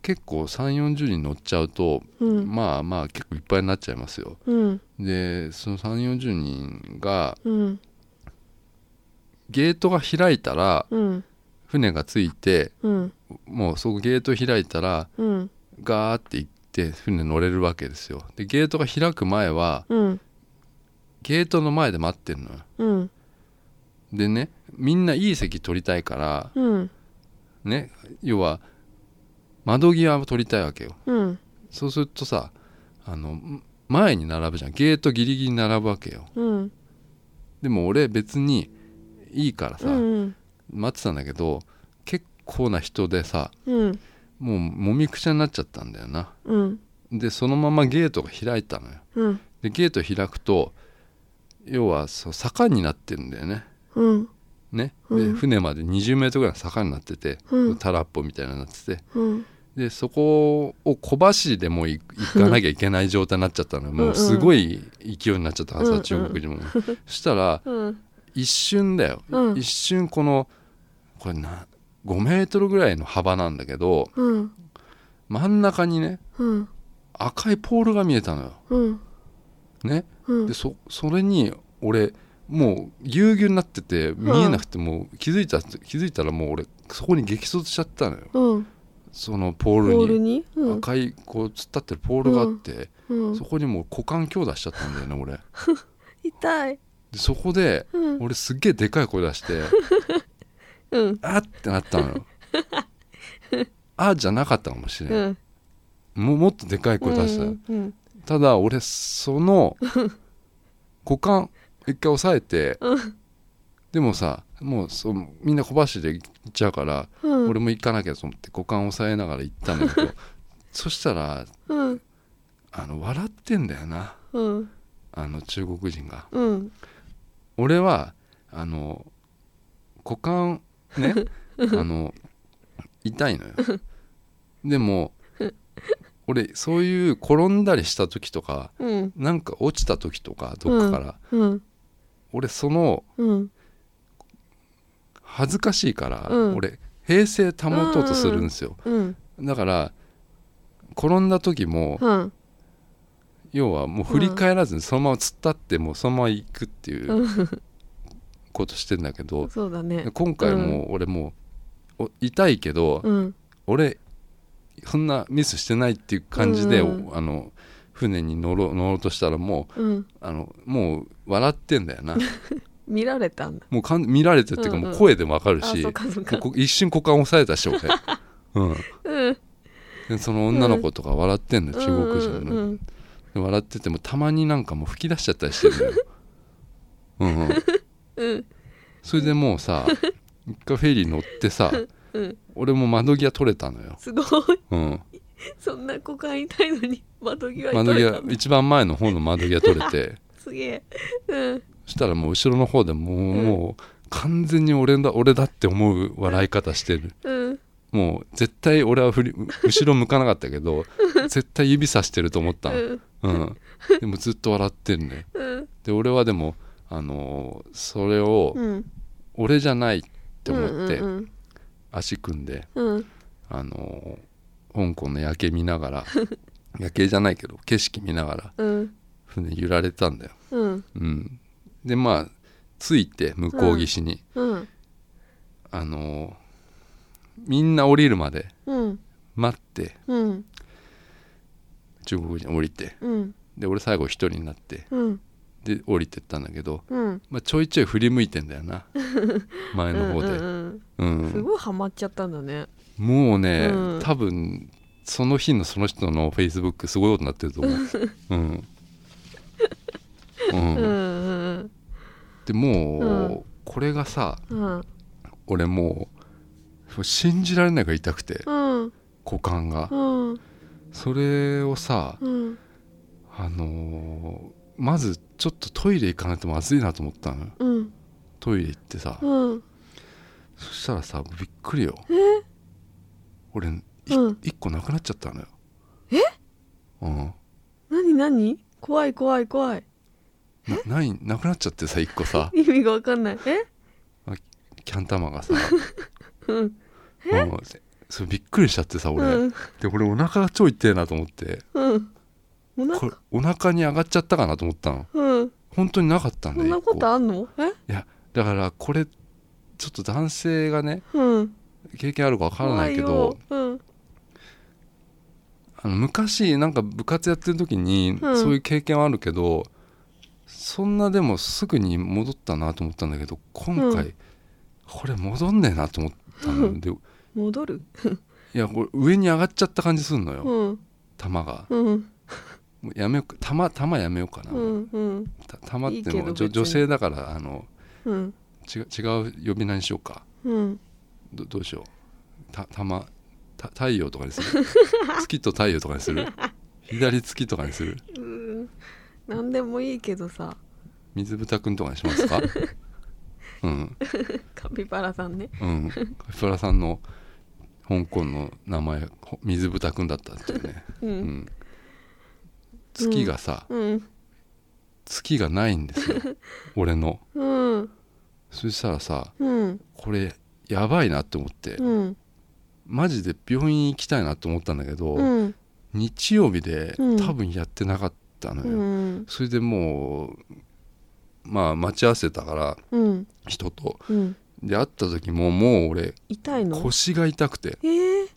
[SPEAKER 1] 結構3 4 0人乗っちゃうと、
[SPEAKER 2] うん
[SPEAKER 1] まあまあ結構いっぱいになっちゃいますよ
[SPEAKER 2] うん
[SPEAKER 1] でその3 4 0人が
[SPEAKER 2] うん
[SPEAKER 1] ゲートが開いたら
[SPEAKER 2] うん
[SPEAKER 1] 船が着いて
[SPEAKER 2] うん
[SPEAKER 1] もうそこゲート開いたら
[SPEAKER 2] うん
[SPEAKER 1] ガーって行って船乗れるわけですよでゲートが開く前は
[SPEAKER 2] うん
[SPEAKER 1] ゲートの前で待ってるのよ
[SPEAKER 2] うん
[SPEAKER 1] でねみんないい席取りたいから
[SPEAKER 2] うん
[SPEAKER 1] ね要は窓際を取りたいわけよ
[SPEAKER 2] うん
[SPEAKER 1] そうするとさあのん前に並ぶじゃんゲートギリギリに並ぶわけよ
[SPEAKER 2] うん
[SPEAKER 1] でも俺別にいいからさ、
[SPEAKER 2] うん
[SPEAKER 1] 待ってたんだけど結構な人でさ
[SPEAKER 2] うん
[SPEAKER 1] もうもみくちゃになっちゃったんだよな
[SPEAKER 2] うん
[SPEAKER 1] でそのままゲートが開いたのよ
[SPEAKER 2] うん
[SPEAKER 1] でゲート開くと要はそう坂になってるんだよね
[SPEAKER 2] うん
[SPEAKER 1] ね、
[SPEAKER 2] う
[SPEAKER 1] で
[SPEAKER 2] ん
[SPEAKER 1] 船まで2 0ルぐらいの坂になってて、
[SPEAKER 2] うん
[SPEAKER 1] タラッポみたいになってて
[SPEAKER 2] うん
[SPEAKER 1] でそこを小走りでもう行行かなきゃいけない状態になっちゃったのよ
[SPEAKER 2] うん
[SPEAKER 1] も
[SPEAKER 2] うん
[SPEAKER 1] うすごい勢いになっちゃったはず
[SPEAKER 2] うん
[SPEAKER 1] だ
[SPEAKER 2] うん
[SPEAKER 1] 中国人もそしたら
[SPEAKER 2] うん
[SPEAKER 1] 一瞬だよ、
[SPEAKER 2] うん
[SPEAKER 1] 一瞬このこれな5メートルぐらいの幅なんだけど
[SPEAKER 2] うん
[SPEAKER 1] 真ん中にね
[SPEAKER 2] うん
[SPEAKER 1] 赤いポールが見えたのよ、
[SPEAKER 2] うん
[SPEAKER 1] ね、
[SPEAKER 2] うん
[SPEAKER 1] でそそれに俺もうぎゅうぎゅうになってて見えなくてもう気づいた気づいたらもう俺そこに激突しちゃったのよ
[SPEAKER 2] うん
[SPEAKER 1] そのポールに
[SPEAKER 2] ポールにうん
[SPEAKER 1] 赤いこう突っ立ってるポールがあって、
[SPEAKER 2] うん
[SPEAKER 1] そこにもう股間強打しちゃったんだよね俺で
[SPEAKER 2] 痛い
[SPEAKER 1] そこで
[SPEAKER 2] うん
[SPEAKER 1] 俺すっげえでかい声出 して
[SPEAKER 2] うん
[SPEAKER 1] 「あっ!」ってなったの よ「あ」じゃなかったかもしれ、
[SPEAKER 2] うんん
[SPEAKER 1] もうもっとでかい声出したよ、
[SPEAKER 2] うん
[SPEAKER 1] ただ俺その股間一回押さえて、でもさもうそうみんな小走りで行っちゃうから、
[SPEAKER 2] うん
[SPEAKER 1] 俺も行かなきゃと思って股間押さえながら行ったんだけ どそしたら
[SPEAKER 2] うん
[SPEAKER 1] あの笑ってんだよな
[SPEAKER 2] うん
[SPEAKER 1] あの中国人が
[SPEAKER 2] うん
[SPEAKER 1] 俺はあの股間 ねあの痛いのよでも俺そういう転んだりした時とか
[SPEAKER 2] うん
[SPEAKER 1] なんか落ちた時とかどっかから、
[SPEAKER 2] うん
[SPEAKER 1] 俺その
[SPEAKER 2] うん
[SPEAKER 1] 恥ずかしいから、
[SPEAKER 2] うん
[SPEAKER 1] 俺平静保とうとするんですよ、
[SPEAKER 2] うん
[SPEAKER 1] だから転んだ時も、
[SPEAKER 2] うん
[SPEAKER 1] 要はもう振り返らずにそのまま突っ立ってもうそのまま行くっていうことしてんだけど、
[SPEAKER 2] そうだね
[SPEAKER 1] 今回も俺もうお痛いけど、
[SPEAKER 2] うん
[SPEAKER 1] 俺そんなミスしてないっていう感じで、
[SPEAKER 2] うん
[SPEAKER 1] おあの船に乗ろう乗ろうとしたらもう
[SPEAKER 2] うん
[SPEAKER 1] あのもう笑ってんだよな
[SPEAKER 2] 見られたんだ
[SPEAKER 1] もうかん見られてるっていうか
[SPEAKER 2] うんうん
[SPEAKER 1] もう声でもわかる
[SPEAKER 2] あ
[SPEAKER 1] し、
[SPEAKER 2] そうかそう
[SPEAKER 1] も
[SPEAKER 2] か
[SPEAKER 1] うこ一瞬股間押さえたし俺、うん、
[SPEAKER 2] うん
[SPEAKER 1] でその女の子とか笑ってんの、中国人の、
[SPEAKER 2] うん
[SPEAKER 1] で笑っててもたまになんかもう吹き出しちゃったりしてるのようんうん
[SPEAKER 2] うん
[SPEAKER 1] それでもうさ一回フェリー乗ってさ
[SPEAKER 2] うん
[SPEAKER 1] 俺も窓際取れたのよ、
[SPEAKER 2] すごい
[SPEAKER 1] うん、
[SPEAKER 2] そんな股間痛いのに窓際に
[SPEAKER 1] 窓
[SPEAKER 2] 取れた
[SPEAKER 1] 際
[SPEAKER 2] の
[SPEAKER 1] 一番前の方の窓際取れて
[SPEAKER 2] すげえうん
[SPEAKER 1] そしたらもう後ろの方でもう,、
[SPEAKER 2] ん
[SPEAKER 1] もう完全に俺だ俺だって思う笑い方してる
[SPEAKER 2] うん
[SPEAKER 1] もう絶対俺は振り後ろ向かなかったけ ど絶対指さしてると思った
[SPEAKER 2] う
[SPEAKER 1] の、
[SPEAKER 2] ん
[SPEAKER 1] うん、でもずっと笑ってんね
[SPEAKER 2] うん
[SPEAKER 1] で俺はでもあのーそれを
[SPEAKER 2] うん
[SPEAKER 1] 俺じゃないって思って
[SPEAKER 2] うん
[SPEAKER 1] 足組んで
[SPEAKER 2] うんうん
[SPEAKER 1] あのー香港の夜景見なが ら夜景じゃないけど景色見ながら
[SPEAKER 2] うん
[SPEAKER 1] 船揺られたんだよ、
[SPEAKER 2] うん
[SPEAKER 1] うん、でまあ着いて向こう岸に、
[SPEAKER 2] うん
[SPEAKER 1] あのーみんな降りるまで
[SPEAKER 2] うん
[SPEAKER 1] 待って
[SPEAKER 2] うん
[SPEAKER 1] 中国人降りて
[SPEAKER 2] うん
[SPEAKER 1] で俺最後一人になって
[SPEAKER 2] うん
[SPEAKER 1] で降りてったんだけど、
[SPEAKER 2] うん
[SPEAKER 1] まあ、ちょいちょい振り向いてんだよ な前の方で、
[SPEAKER 2] うんうん
[SPEAKER 1] う
[SPEAKER 2] うん、す
[SPEAKER 1] ん、
[SPEAKER 2] ごいハマっちゃったんだね
[SPEAKER 1] もうね、
[SPEAKER 2] うん
[SPEAKER 1] 多分その日のその人のフェイスブックすごいことになってる と思う、うんうん
[SPEAKER 2] うんうん
[SPEAKER 1] でもう、
[SPEAKER 2] うん
[SPEAKER 1] これがさ
[SPEAKER 2] うん
[SPEAKER 1] 俺もう信じられないが痛くて
[SPEAKER 2] うん
[SPEAKER 1] 股間が、
[SPEAKER 2] うん
[SPEAKER 1] それをさ、
[SPEAKER 2] うん
[SPEAKER 1] あのーまずちょっとトイレ行かないとまずいなと思ったのよ
[SPEAKER 2] うん
[SPEAKER 1] トイレ行ってさ、
[SPEAKER 2] うん
[SPEAKER 1] そしたらさびっくりよ俺い一、
[SPEAKER 2] うん
[SPEAKER 1] 個なくなっちゃったのよえうん
[SPEAKER 2] 何何怖い怖い怖い
[SPEAKER 1] なないなくなっちゃってさ一個 さ
[SPEAKER 2] 意味がわかんないえ
[SPEAKER 1] キャン玉がさ、
[SPEAKER 2] うん
[SPEAKER 1] うん、それびっくりしちゃってさ俺、
[SPEAKER 2] うん
[SPEAKER 1] で俺お腹が超痛えなと思って
[SPEAKER 2] うんお
[SPEAKER 1] これ
[SPEAKER 2] 腹
[SPEAKER 1] お腹に上がっちゃったかなと思ったの
[SPEAKER 2] うん
[SPEAKER 1] 本当になかったんだよ
[SPEAKER 2] そんな
[SPEAKER 1] 一
[SPEAKER 2] こと
[SPEAKER 1] 個
[SPEAKER 2] あんのえ
[SPEAKER 1] いやだからこれちょっと男性がね
[SPEAKER 2] うん
[SPEAKER 1] 経験あるかわからないけ
[SPEAKER 2] 怖
[SPEAKER 1] ど
[SPEAKER 2] ようん
[SPEAKER 1] あの昔なんか部活やってる時に
[SPEAKER 2] うん
[SPEAKER 1] そういう経験はあるけど、そんなでもすぐに戻ったなと思ったんだけど今回、
[SPEAKER 2] う
[SPEAKER 1] これ戻んねえなと思ったのよでい
[SPEAKER 2] 戻る
[SPEAKER 1] やこれ上に上がっちゃった感じすんのよ、
[SPEAKER 2] うん
[SPEAKER 1] 玉が
[SPEAKER 2] うん
[SPEAKER 1] もうやめようか玉玉やめようかな、
[SPEAKER 2] うんうん
[SPEAKER 1] た玉っていうのはい
[SPEAKER 2] いけど別
[SPEAKER 1] 女
[SPEAKER 2] に
[SPEAKER 1] 女性だからあの
[SPEAKER 2] うん
[SPEAKER 1] ち違う呼び名にしようか
[SPEAKER 2] うん
[SPEAKER 1] どどうしようた玉た太陽とかにす る月と太陽とかにする左月とかにする
[SPEAKER 2] うん何でもいいけどさ
[SPEAKER 1] 水豚くんとかにします かうん
[SPEAKER 2] カピバラさんね
[SPEAKER 1] うんフラさんの香港の名前ほ水豚くんだったっていうね、
[SPEAKER 2] う
[SPEAKER 1] うんん、月がさ、
[SPEAKER 2] うん
[SPEAKER 1] 月がないん ですよ俺の
[SPEAKER 2] うん
[SPEAKER 1] そしたらさ
[SPEAKER 2] うん
[SPEAKER 1] これやばいなって思って、
[SPEAKER 2] うん
[SPEAKER 1] マジで病院行きたいなと思ったんだけど、
[SPEAKER 2] うん
[SPEAKER 1] 日曜日で
[SPEAKER 2] うん
[SPEAKER 1] 多分やってなかったの
[SPEAKER 2] う
[SPEAKER 1] よ、
[SPEAKER 2] ん
[SPEAKER 1] それでもうまあ待ち合わせたから
[SPEAKER 2] うん
[SPEAKER 1] 人と
[SPEAKER 2] うん
[SPEAKER 1] で会った時ももう俺
[SPEAKER 2] 痛いの
[SPEAKER 1] 腰が痛くて
[SPEAKER 2] えー、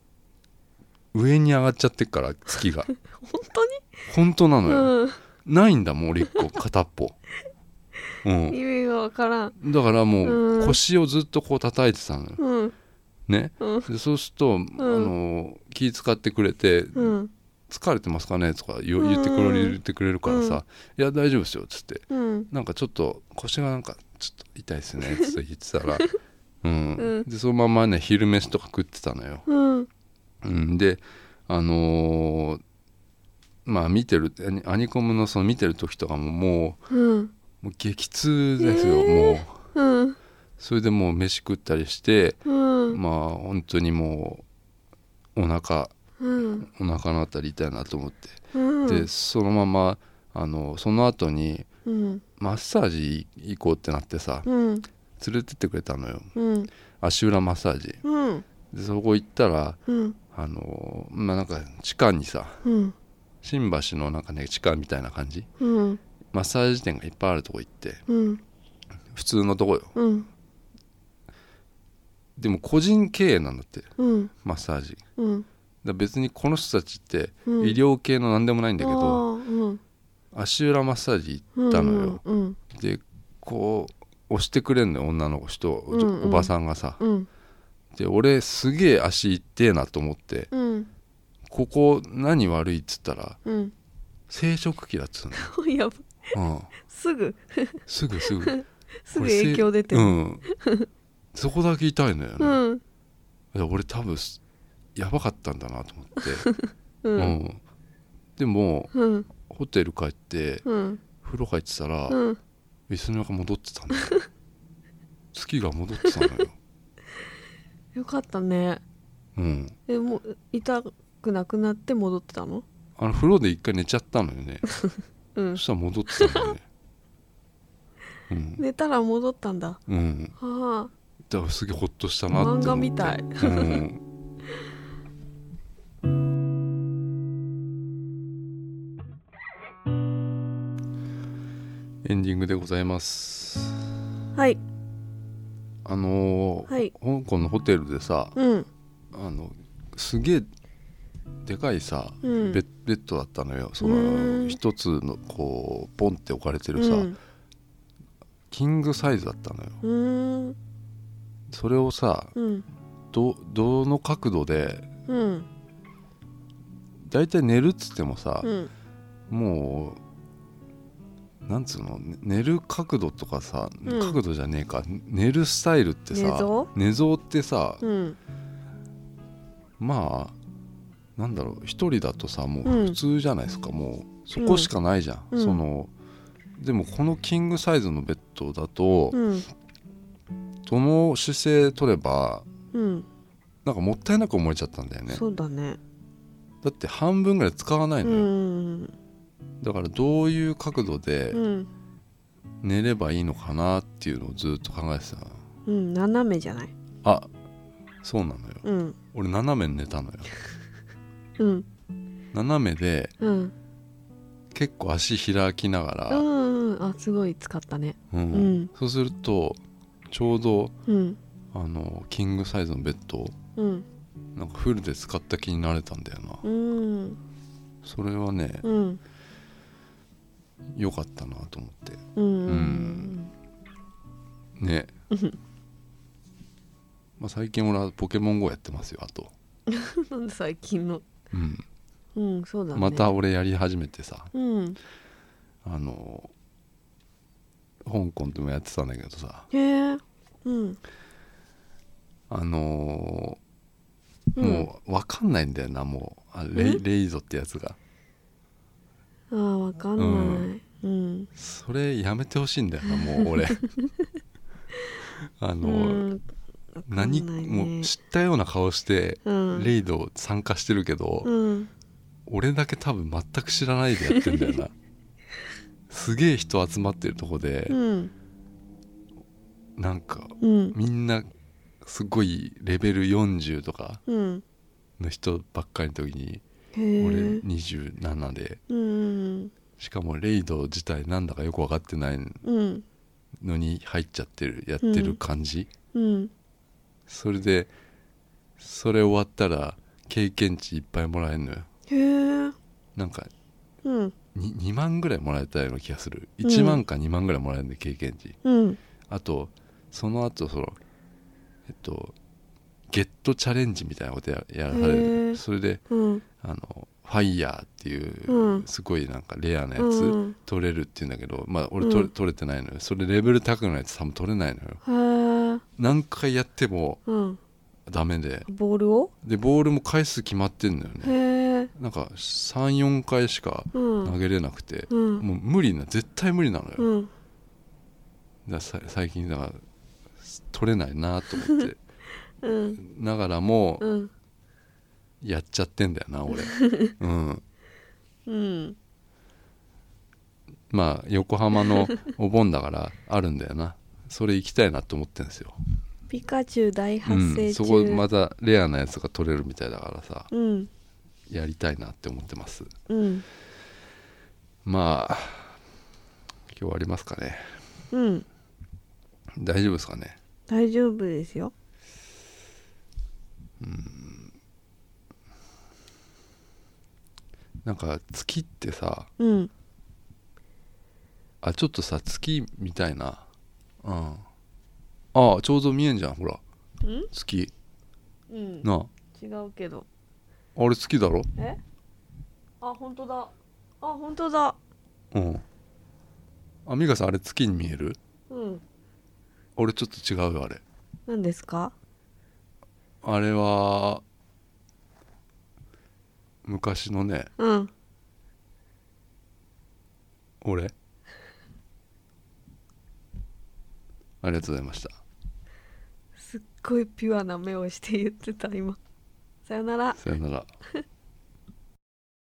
[SPEAKER 1] 上に上がっちゃってっから月が
[SPEAKER 2] 本当に
[SPEAKER 1] 本当なのよ、
[SPEAKER 2] うん
[SPEAKER 1] ないんだもん俺一個片っ ぽうん
[SPEAKER 2] 意味がわからん
[SPEAKER 1] だからも
[SPEAKER 2] う
[SPEAKER 1] うん腰をずっとこう叩いてたのよ
[SPEAKER 2] うん
[SPEAKER 1] ね
[SPEAKER 2] うん
[SPEAKER 1] でそうすると、あの気使ってくれて「
[SPEAKER 2] うん
[SPEAKER 1] 疲れてますかね?」とか言
[SPEAKER 2] うん
[SPEAKER 1] 言ってくれる言ってくれるからさ「いや大丈夫ですよ」っつって
[SPEAKER 2] うん
[SPEAKER 1] なんかちょっと腰がなんかちょっと痛いですねっつって言ってた ら、うん
[SPEAKER 2] うん
[SPEAKER 1] でそのままね昼飯とか食ってたのよ、
[SPEAKER 2] うん
[SPEAKER 1] うん、であのーまあ見てるアニアニコムのその見てる時とかもも
[SPEAKER 2] うん
[SPEAKER 1] うもう激痛ですよ、
[SPEAKER 2] えー
[SPEAKER 1] もう
[SPEAKER 2] うん
[SPEAKER 1] それでもう飯食ったりして、
[SPEAKER 2] うん
[SPEAKER 1] まあ本当にもうお腹
[SPEAKER 2] うん
[SPEAKER 1] お腹のあたり痛いなと思って、
[SPEAKER 2] うん
[SPEAKER 1] でそのままあのその後に
[SPEAKER 2] うん
[SPEAKER 1] マッサージ行こうってなってさ
[SPEAKER 2] うん
[SPEAKER 1] 連れてってくれたのよ、
[SPEAKER 2] うん
[SPEAKER 1] 足裏マッサージ
[SPEAKER 2] うん
[SPEAKER 1] でそこ行ったら
[SPEAKER 2] うん
[SPEAKER 1] あのーまあなんか地下にさ
[SPEAKER 2] うん
[SPEAKER 1] 新橋のなんかね地下みたいな感じ
[SPEAKER 2] うん
[SPEAKER 1] マッサージ店がいっぱいあるとこ行って
[SPEAKER 2] うん
[SPEAKER 1] 普通のとこよ
[SPEAKER 2] うん
[SPEAKER 1] でも個人経営なんだって
[SPEAKER 2] うん
[SPEAKER 1] マッサージだか
[SPEAKER 2] うん
[SPEAKER 1] ら別にこの人たちって医
[SPEAKER 2] うん
[SPEAKER 1] 療系の何でもないんだけど、
[SPEAKER 2] あーうん
[SPEAKER 1] 足裏マッサージ行ったのよ、
[SPEAKER 2] うん
[SPEAKER 1] でこう押してくれんのよ女の子とお,、
[SPEAKER 2] うんうん
[SPEAKER 1] おばさんがさ
[SPEAKER 2] うん
[SPEAKER 1] で俺すげえ足痛えなと思って
[SPEAKER 2] うん
[SPEAKER 1] ここ何悪いっつったら
[SPEAKER 2] うん
[SPEAKER 1] 生殖器だっつうの
[SPEAKER 2] やば
[SPEAKER 1] うん
[SPEAKER 2] すぐ
[SPEAKER 1] すぐすぐ
[SPEAKER 2] すぐ影響出て
[SPEAKER 1] う
[SPEAKER 2] る
[SPEAKER 1] んそこだけ痛いのよね、
[SPEAKER 2] うん
[SPEAKER 1] いや俺多分すやばかったんだなと思って、
[SPEAKER 2] う
[SPEAKER 1] うん
[SPEAKER 2] ん
[SPEAKER 1] でも
[SPEAKER 2] うん
[SPEAKER 1] ホテル帰って
[SPEAKER 2] うん
[SPEAKER 1] 風呂入ってたら、
[SPEAKER 2] うん
[SPEAKER 1] 椅子の中戻ってたんだよ 月が戻ってたのよ、
[SPEAKER 2] よかったね
[SPEAKER 1] うん、
[SPEAKER 2] えもう痛くなくなって戻ってたの
[SPEAKER 1] あの風呂で一回寝ちゃったのよね
[SPEAKER 2] うん
[SPEAKER 1] そしたら戻ってたの よねうん、
[SPEAKER 2] 寝たら戻ったんだ
[SPEAKER 1] うん、
[SPEAKER 2] は
[SPEAKER 1] だからすげえホッとした
[SPEAKER 2] あ
[SPEAKER 1] なって思っ
[SPEAKER 2] 漫
[SPEAKER 1] て
[SPEAKER 2] 画みたい
[SPEAKER 1] うんエンディングでございます
[SPEAKER 2] はい
[SPEAKER 1] あのー
[SPEAKER 2] はい
[SPEAKER 1] 香港のホテルでさ
[SPEAKER 2] うん
[SPEAKER 1] あのすげえでかいさ、
[SPEAKER 2] うん
[SPEAKER 1] ベッベッドだったのよそうの
[SPEAKER 2] ーん
[SPEAKER 1] 一つのこうポンって置かれてるさ、
[SPEAKER 2] うん
[SPEAKER 1] キングサイズだったのよ
[SPEAKER 2] うーん
[SPEAKER 1] それをさ
[SPEAKER 2] うん
[SPEAKER 1] どどの角度で
[SPEAKER 2] うん
[SPEAKER 1] だいたい寝るっつってもさ、
[SPEAKER 2] うん
[SPEAKER 1] もうなんつうのね寝る角度とかさ、
[SPEAKER 2] うん
[SPEAKER 1] 角度じゃねえか寝るスタイルってさ
[SPEAKER 2] 寝相
[SPEAKER 1] ってさ、
[SPEAKER 2] うん
[SPEAKER 1] まあなんだろう一人だとさも
[SPEAKER 2] う
[SPEAKER 1] うん普通じゃないですか、もうそこしかないじゃん、
[SPEAKER 2] うん
[SPEAKER 1] そのでもこのキングサイズのベッドだと、
[SPEAKER 2] うん
[SPEAKER 1] どの姿勢取れば
[SPEAKER 2] うん
[SPEAKER 1] なんかもったいなく思えちゃったんだよね
[SPEAKER 2] そうだね
[SPEAKER 1] だって半分ぐらい使わな
[SPEAKER 2] う
[SPEAKER 1] いのよ、
[SPEAKER 2] ん
[SPEAKER 1] だからどういう角度で
[SPEAKER 2] うん
[SPEAKER 1] 寝ればいいのかなっていうのをずっと考えてたの
[SPEAKER 2] うん斜めじゃない
[SPEAKER 1] あそうなのよ
[SPEAKER 2] うん
[SPEAKER 1] 俺斜めに寝たのよ
[SPEAKER 2] うん
[SPEAKER 1] 斜めで
[SPEAKER 2] うん
[SPEAKER 1] 結構足開きながら、
[SPEAKER 2] うんうんあすごい使ったね
[SPEAKER 1] うん
[SPEAKER 2] うん
[SPEAKER 1] そうするとちょうど
[SPEAKER 2] うん
[SPEAKER 1] あのキングサイズのベッドを
[SPEAKER 2] うん
[SPEAKER 1] なんかフルで使った気になれたんだよな、
[SPEAKER 2] うん
[SPEAKER 1] それはね
[SPEAKER 2] うん
[SPEAKER 1] 良かったなと思って
[SPEAKER 2] うん
[SPEAKER 1] うんねまあ最近俺はポケモン GO やってますよあと、
[SPEAKER 2] なんで最近の
[SPEAKER 1] うん
[SPEAKER 2] うんそうだね
[SPEAKER 1] また俺やり始めてさ
[SPEAKER 2] うん
[SPEAKER 1] あの香港でもやってたんだけどさ
[SPEAKER 2] へえうん
[SPEAKER 1] あのー
[SPEAKER 2] うん
[SPEAKER 1] もう分かんないんだよなもうあレイ
[SPEAKER 2] ん
[SPEAKER 1] レイゾってやつが
[SPEAKER 2] あーわかんないうん
[SPEAKER 1] それやめてほしいんだよなもう俺あ
[SPEAKER 2] う
[SPEAKER 1] のー、
[SPEAKER 2] ん
[SPEAKER 1] 何
[SPEAKER 2] わかんないね
[SPEAKER 1] もう知ったような顔して
[SPEAKER 2] うん
[SPEAKER 1] レイド参加してるけど、
[SPEAKER 2] うん
[SPEAKER 1] 俺だけ多分全く知らないでやってんだよ なすげえ人集まってるとこで、
[SPEAKER 2] うん
[SPEAKER 1] なんか
[SPEAKER 2] うん
[SPEAKER 1] みんなすごいレベル40とか
[SPEAKER 2] うん
[SPEAKER 1] の人ばっかりの時に
[SPEAKER 2] へ
[SPEAKER 1] 俺
[SPEAKER 2] え
[SPEAKER 1] 27で
[SPEAKER 2] うん
[SPEAKER 1] しかもレイド自体なんだかよく分かってない
[SPEAKER 2] うん
[SPEAKER 1] のに入っちゃってるやってる感じ、
[SPEAKER 2] うん
[SPEAKER 1] それでそれ終わったら経験値いっぱいもらえるのよ
[SPEAKER 2] へえ
[SPEAKER 1] なんか
[SPEAKER 2] うん
[SPEAKER 1] に 2, 万ぐらいもらえたような気がする
[SPEAKER 2] うん
[SPEAKER 1] 1万か2万ぐらいもらえるんで経験値、
[SPEAKER 2] うん
[SPEAKER 1] あとその後そのえっとゲットチャレンジみたいなことややらされ
[SPEAKER 2] へ
[SPEAKER 1] る
[SPEAKER 2] ー
[SPEAKER 1] それで
[SPEAKER 2] うん
[SPEAKER 1] あのファイヤーっていう、
[SPEAKER 2] うん
[SPEAKER 1] すごいなんかレアなやつ、
[SPEAKER 2] うん
[SPEAKER 1] 取れるっていうんだけどまあ俺取れ,、
[SPEAKER 2] うん
[SPEAKER 1] 取れてないのよそれレベル高くないと多分取れないのよ
[SPEAKER 2] へえ
[SPEAKER 1] 何回やっても
[SPEAKER 2] うん
[SPEAKER 1] ダメで
[SPEAKER 2] ボールを
[SPEAKER 1] でボールも回数決まってんのよ
[SPEAKER 2] へ
[SPEAKER 1] ね
[SPEAKER 2] え
[SPEAKER 1] なんか34回しか
[SPEAKER 2] うん
[SPEAKER 1] 投げれなくて、
[SPEAKER 2] うん
[SPEAKER 1] もう無理な絶対無理なのよ、
[SPEAKER 2] うん
[SPEAKER 1] ださ最近だから取れないなと思って
[SPEAKER 2] うん
[SPEAKER 1] ながらも
[SPEAKER 2] うん
[SPEAKER 1] やっちゃってんだよ な俺うん
[SPEAKER 2] うん
[SPEAKER 1] まあ横浜のお盆だからあるんだよなそれ行きたいなと思ってんですよ、
[SPEAKER 2] ピカチュウ大
[SPEAKER 1] う
[SPEAKER 2] 発生
[SPEAKER 1] ん、
[SPEAKER 2] 中
[SPEAKER 1] そこまたレアなやつが取れるみたいだからさ
[SPEAKER 2] うん
[SPEAKER 1] やりたいなって思ってます
[SPEAKER 2] うん
[SPEAKER 1] まあ今日ありますかね
[SPEAKER 2] うん
[SPEAKER 1] 大丈夫ですかね
[SPEAKER 2] 大丈夫ですよ
[SPEAKER 1] なんか月ってさ
[SPEAKER 2] うん
[SPEAKER 1] あちょっとさ月みたいなうんああちょうど見えんじゃんほら
[SPEAKER 2] ん
[SPEAKER 1] 月
[SPEAKER 2] うん
[SPEAKER 1] なあ
[SPEAKER 2] 違うけど
[SPEAKER 1] あれ月だろ
[SPEAKER 2] えあ本当だあ本当だ
[SPEAKER 1] うんあ美香さんあれ月に見える
[SPEAKER 2] うん
[SPEAKER 1] 俺ちょっと違うよあれ
[SPEAKER 2] 何ですか
[SPEAKER 1] あれは昔のね
[SPEAKER 2] うん
[SPEAKER 1] 俺ありがとうございました
[SPEAKER 2] すっごいピュアな目をして言ってた今さよなら
[SPEAKER 1] さよなら